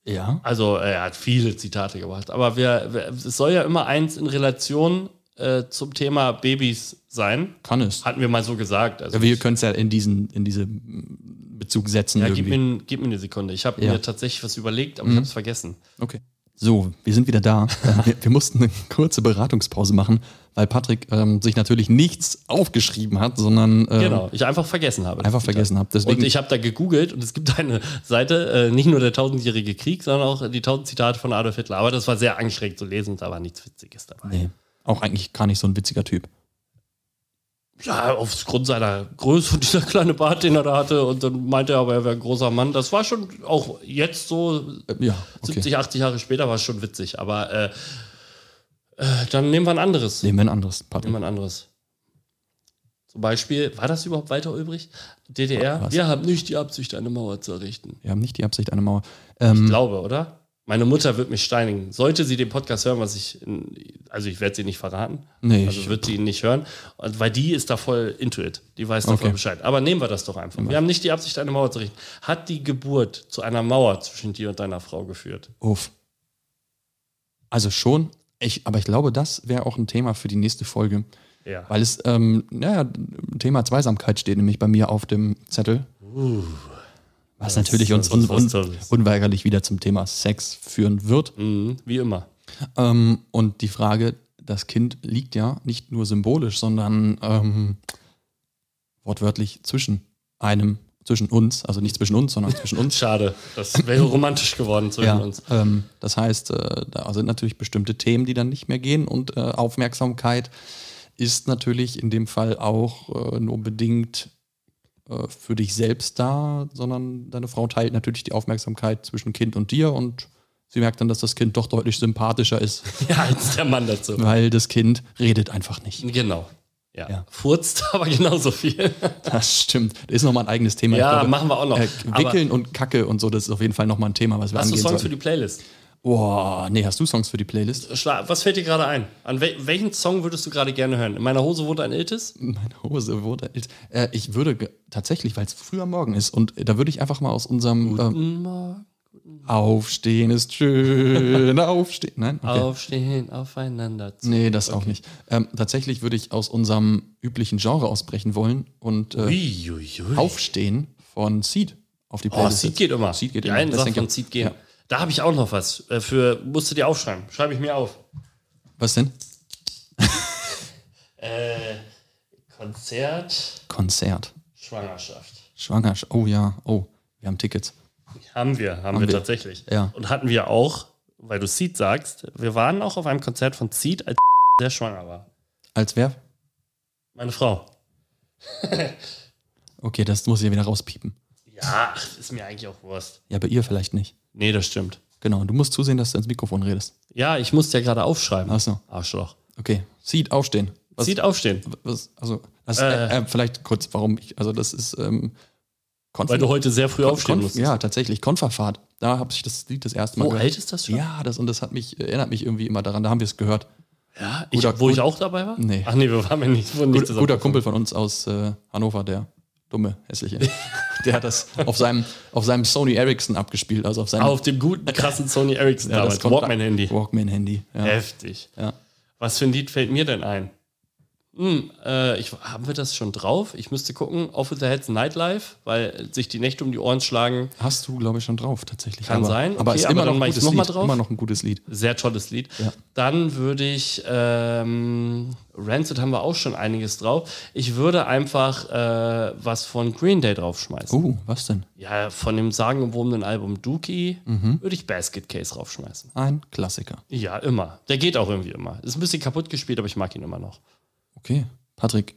Speaker 1: ja.
Speaker 2: Also er hat viele Zitate gemacht. Aber wir, wir, es soll ja immer eins in Relation äh, zum Thema Babys sein.
Speaker 1: Kann es.
Speaker 2: Hatten wir mal so gesagt. Also,
Speaker 1: Ja, wir können es ja in diesen, in diesen Bezug setzen.
Speaker 2: ja, gib,
Speaker 1: irgendwie.
Speaker 2: mir, gib mir eine Sekunde. Ich habe
Speaker 1: Ja. Mhm.
Speaker 2: mir tatsächlich was überlegt, aber ich habe es vergessen.
Speaker 1: Okay. So, wir sind wieder da. Äh, wir, wir mussten eine kurze Beratungspause machen, weil Patrick ähm, sich natürlich nichts aufgeschrieben hat, sondern äh,
Speaker 2: Genau, ich einfach vergessen habe. das
Speaker 1: einfach
Speaker 2: Zitat.
Speaker 1: vergessen hat. Deswegen,
Speaker 2: Und ich habe da gegoogelt und es gibt eine Seite, äh, nicht nur der tausendjährige Krieg, sondern auch die tausend Zitate von Adolf Hitler. Aber das war sehr anstrengend zu lesen, da war nichts Witziges dabei.
Speaker 1: nee, auch eigentlich gar nicht so ein witziger Typ.
Speaker 2: Ja, aufgrund seiner Größe und dieser kleine Bart, den er da hatte. Und dann meinte er aber, er wäre ein großer Mann. Das war schon auch jetzt so,
Speaker 1: Äh, Ja, okay.
Speaker 2: 70, 80 Jahre später, war es schon witzig. Aber äh, äh, dann nehmen wir ein anderes.
Speaker 1: Nehmen wir ein anderes. Pardon.
Speaker 2: Nehmen wir ein anderes. Zum Beispiel, war das überhaupt weiter übrig? DDR?
Speaker 1: Was?
Speaker 2: Wir haben nicht die Absicht, eine Mauer zu errichten.
Speaker 1: Wir haben nicht die Absicht, eine Mauer.
Speaker 2: Ich
Speaker 1: Ähm,
Speaker 2: glaube, oder? Meine Mutter wird mich steinigen. Sollte sie den Podcast hören, was ich. Also, ich werde sie nicht verraten.
Speaker 1: Nee,
Speaker 2: Also
Speaker 1: ich-
Speaker 2: wird sie ihn nicht hören. Und weil die ist da voll into it. Die weiß davon
Speaker 1: Okay.
Speaker 2: Bescheid. Aber nehmen wir das doch einfach. Wir haben nicht die Absicht, eine Mauer zu richten. Hat die Geburt zu einer Mauer zwischen dir und deiner Frau geführt?
Speaker 1: Uff. Also schon, ich, aber ich glaube, das wäre auch ein Thema für die nächste Folge,
Speaker 2: Ja.
Speaker 1: weil es, ähm, naja, Thema Zweisamkeit steht nämlich bei mir auf dem Zettel. was natürlich uns
Speaker 2: das
Speaker 1: un
Speaker 2: ist was
Speaker 1: un
Speaker 2: Tolles.
Speaker 1: unweigerlich wieder zum Thema Sex führen wird.
Speaker 2: Mhm, wie immer.
Speaker 1: Ähm, und die Frage, das Kind liegt ja nicht nur symbolisch, sondern ähm, wortwörtlich zwischen einem, zwischen uns, also nicht zwischen uns, sondern zwischen uns
Speaker 2: Schade. Das wäre romantisch geworden
Speaker 1: ja,
Speaker 2: zwischen uns.
Speaker 1: Ähm, das heißt, äh, da sind natürlich bestimmte Themen, die dann nicht mehr gehen und äh, Aufmerksamkeit ist natürlich in dem Fall auch äh, nur bedingt äh, für dich selbst da, sondern deine Frau teilt natürlich die Aufmerksamkeit zwischen Kind und dir und sie merkt dann, dass das Kind doch deutlich sympathischer ist,
Speaker 2: Ja, als der Mann dazu.
Speaker 1: weil das Kind redet einfach nicht.
Speaker 2: Genau. Ja.
Speaker 1: Ja.
Speaker 2: Furzt aber genauso viel.
Speaker 1: Das stimmt. Das ist nochmal ein eigenes Thema. Ich
Speaker 2: Ja,
Speaker 1: glaube,
Speaker 2: machen wir auch noch.
Speaker 1: Äh,
Speaker 2: Aber-
Speaker 1: Wickeln und Kacke und so, das ist auf jeden Fall nochmal ein Thema, was wir
Speaker 2: Hast du
Speaker 1: angehen
Speaker 2: Songs für
Speaker 1: sollten.
Speaker 2: die Playlist?
Speaker 1: Boah, nee, hast du Songs für die Playlist?
Speaker 2: Schla was fällt dir gerade ein? An wel welchen Song würdest du gerade gerne hören? In meiner Hose wohnt ein Iltis?
Speaker 1: Meine Hose wurde alt. Äh, ich würde ge- tatsächlich, weil es früher Morgen ist und äh, da würde ich einfach mal aus unserem ähm, Aufstehen ist schön, aufstehen. Nein, okay.
Speaker 2: Aufstehen, aufeinander zu.
Speaker 1: Nee, das auch nicht. Ähm, tatsächlich würde ich aus unserem üblichen Genre ausbrechen wollen und äh,
Speaker 2: Uiuiui.
Speaker 1: Aufstehen von Seed auf die
Speaker 2: Oh,
Speaker 1: Playlist.
Speaker 2: Seed geht immer.
Speaker 1: Seed geht
Speaker 2: die
Speaker 1: immer.
Speaker 2: einen
Speaker 1: Das
Speaker 2: Sachen
Speaker 1: denke
Speaker 2: von
Speaker 1: ich-
Speaker 2: Seed gehen.
Speaker 1: Ja.
Speaker 2: Da habe ich auch noch was. äh, Für musst du dir aufschreiben. Schreibe ich mir auf.
Speaker 1: Was denn?
Speaker 2: Äh, Konzert,
Speaker 1: Konzert.
Speaker 2: Schwangerschaft.
Speaker 1: Schwangerschaft. Oh ja, oh, wir haben Tickets.
Speaker 2: Haben wir, haben, wir,
Speaker 1: wir.
Speaker 2: tatsächlich.
Speaker 1: Ja.
Speaker 2: Und hatten wir auch, weil du Seed sagst, wir waren auch auf einem Konzert von Seed, als sehr schwanger war.
Speaker 1: Als wer?
Speaker 2: Meine Frau.
Speaker 1: Okay, das muss ich ja wieder rauspiepen.
Speaker 2: Ja, ach, ist mir eigentlich auch Wurst.
Speaker 1: Ja, bei ihr vielleicht nicht.
Speaker 2: Nee, das stimmt.
Speaker 1: Genau, du musst zusehen, dass du ins Mikrofon redest.
Speaker 2: Ja, ich musste ja gerade aufschreiben.
Speaker 1: Ach so.
Speaker 2: Arschloch.
Speaker 1: Okay, Seed, aufstehen. Was,
Speaker 2: Seed aufstehen.
Speaker 1: Was, also, das,
Speaker 2: Äh.
Speaker 1: äh, äh, vielleicht kurz, warum ich, also das ist ähm, Konf
Speaker 2: Weil du heute sehr früh aufstehen
Speaker 1: Konf
Speaker 2: musst.
Speaker 1: Ja, tatsächlich, Konferfahrt. Da habe ich das Lied das erste Mal
Speaker 2: Oh,
Speaker 1: gehört.
Speaker 2: alt ist das schon?
Speaker 1: Ja, das, und das hat mich, erinnert mich irgendwie immer daran, da haben wir es gehört.
Speaker 2: Ja, ich,
Speaker 1: Guter
Speaker 2: wo ich
Speaker 1: Kumpel-
Speaker 2: auch dabei war?
Speaker 1: Nee.
Speaker 2: Ach nee, wir waren ja nicht, wurden nicht
Speaker 1: Gut,
Speaker 2: zusammen.
Speaker 1: guter Kumpel von uns aus äh, Hannover, der dumme, hässliche. der hat das auf seinem, auf seinem Sony Ericsson abgespielt, also auf seinem
Speaker 2: Auf dem guten, krassen Sony Ericsson
Speaker 1: ja, das
Speaker 2: damals.
Speaker 1: konnte-
Speaker 2: Walkman-Handy.
Speaker 1: Walkman-Handy, ja.
Speaker 2: Heftig.
Speaker 1: Ja.
Speaker 2: Was für ein Lied fällt mir denn ein? Hm, äh, ich, haben wir das schon drauf? Ich müsste gucken. Off with the Heads Nightlife, weil sich die Nächte um die Ohren schlagen.
Speaker 1: Hast du, glaube ich, schon drauf, tatsächlich.
Speaker 2: Kann
Speaker 1: aber,
Speaker 2: sein,
Speaker 1: aber
Speaker 2: okay,
Speaker 1: ist
Speaker 2: aber
Speaker 1: immer
Speaker 2: dann
Speaker 1: noch
Speaker 2: mach
Speaker 1: ein
Speaker 2: ich's
Speaker 1: gutes
Speaker 2: noch mal
Speaker 1: Lied.
Speaker 2: drauf.
Speaker 1: Immer noch ein gutes Lied.
Speaker 2: Sehr tolles Lied.
Speaker 1: Ja.
Speaker 2: Dann würde ich, ähm, Rancid haben wir auch schon einiges drauf. Ich würde einfach äh, was von Green Day draufschmeißen.
Speaker 1: Uh, was denn?
Speaker 2: Ja, von dem sagenumwobenen Album Dookie
Speaker 1: Mhm.
Speaker 2: würde ich Basket Case draufschmeißen.
Speaker 1: Ein Klassiker.
Speaker 2: Ja, immer. Der geht auch irgendwie immer. Ist ein bisschen kaputt gespielt, aber ich mag ihn immer noch.
Speaker 1: Okay, Patrick,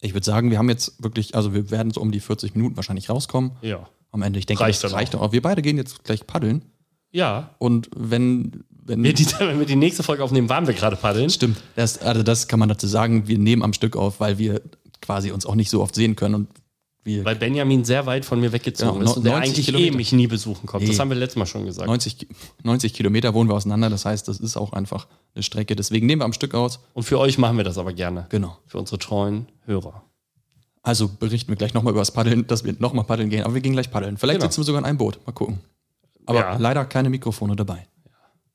Speaker 1: ich würde sagen, wir haben jetzt wirklich, also wir werden so um die 40 Minuten wahrscheinlich rauskommen.
Speaker 2: Ja.
Speaker 1: Am Ende, ich denke,
Speaker 2: Reicht
Speaker 1: das
Speaker 2: dann
Speaker 1: reicht auch. Wir beide gehen jetzt gleich paddeln
Speaker 2: Ja.
Speaker 1: und wenn, wenn
Speaker 2: Wir die, wenn wir die nächste Folge aufnehmen, waren wir gerade paddeln.
Speaker 1: stimmt, das, also das kann man dazu sagen, wir nehmen am Stück auf, weil wir quasi uns auch nicht so oft sehen können und wir
Speaker 2: Weil Benjamin sehr weit von mir weggezogen
Speaker 1: Ja, no-
Speaker 2: ist und der
Speaker 1: 90
Speaker 2: eigentlich eh
Speaker 1: Kilometer.
Speaker 2: mich nie besuchen kommt. Das
Speaker 1: Nee.
Speaker 2: haben wir letztes Mal schon gesagt.
Speaker 1: 90, Ki- 90 Kilometer wohnen wir auseinander, das heißt, das ist auch einfach eine Strecke. Deswegen nehmen wir am Stück aus.
Speaker 2: Und für euch machen wir das aber gerne.
Speaker 1: Genau.
Speaker 2: Für unsere treuen Hörer.
Speaker 1: Also berichten wir gleich nochmal über das Paddeln, dass wir nochmal paddeln gehen, aber wir gehen gleich paddeln. Vielleicht
Speaker 2: Genau.
Speaker 1: sitzen wir sogar in einem Boot, mal gucken. Aber
Speaker 2: Ja.
Speaker 1: leider keine Mikrofone dabei.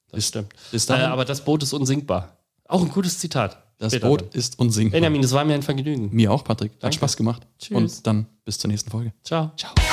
Speaker 2: Das stimmt.
Speaker 1: Bis
Speaker 2: Äh,
Speaker 1: dahin.
Speaker 2: aber das Boot ist unsinkbar. Auch ein gutes Zitat.
Speaker 1: Das
Speaker 2: Später
Speaker 1: Boot
Speaker 2: dann.
Speaker 1: ist unsinkbar.
Speaker 2: Benjamin, es war mir ein Vergnügen.
Speaker 1: Mir auch, Patrick. Hat
Speaker 2: Danke.
Speaker 1: Spaß gemacht.
Speaker 2: Tschüss.
Speaker 1: Und dann bis zur nächsten Folge.
Speaker 2: Ciao.
Speaker 1: Ciao.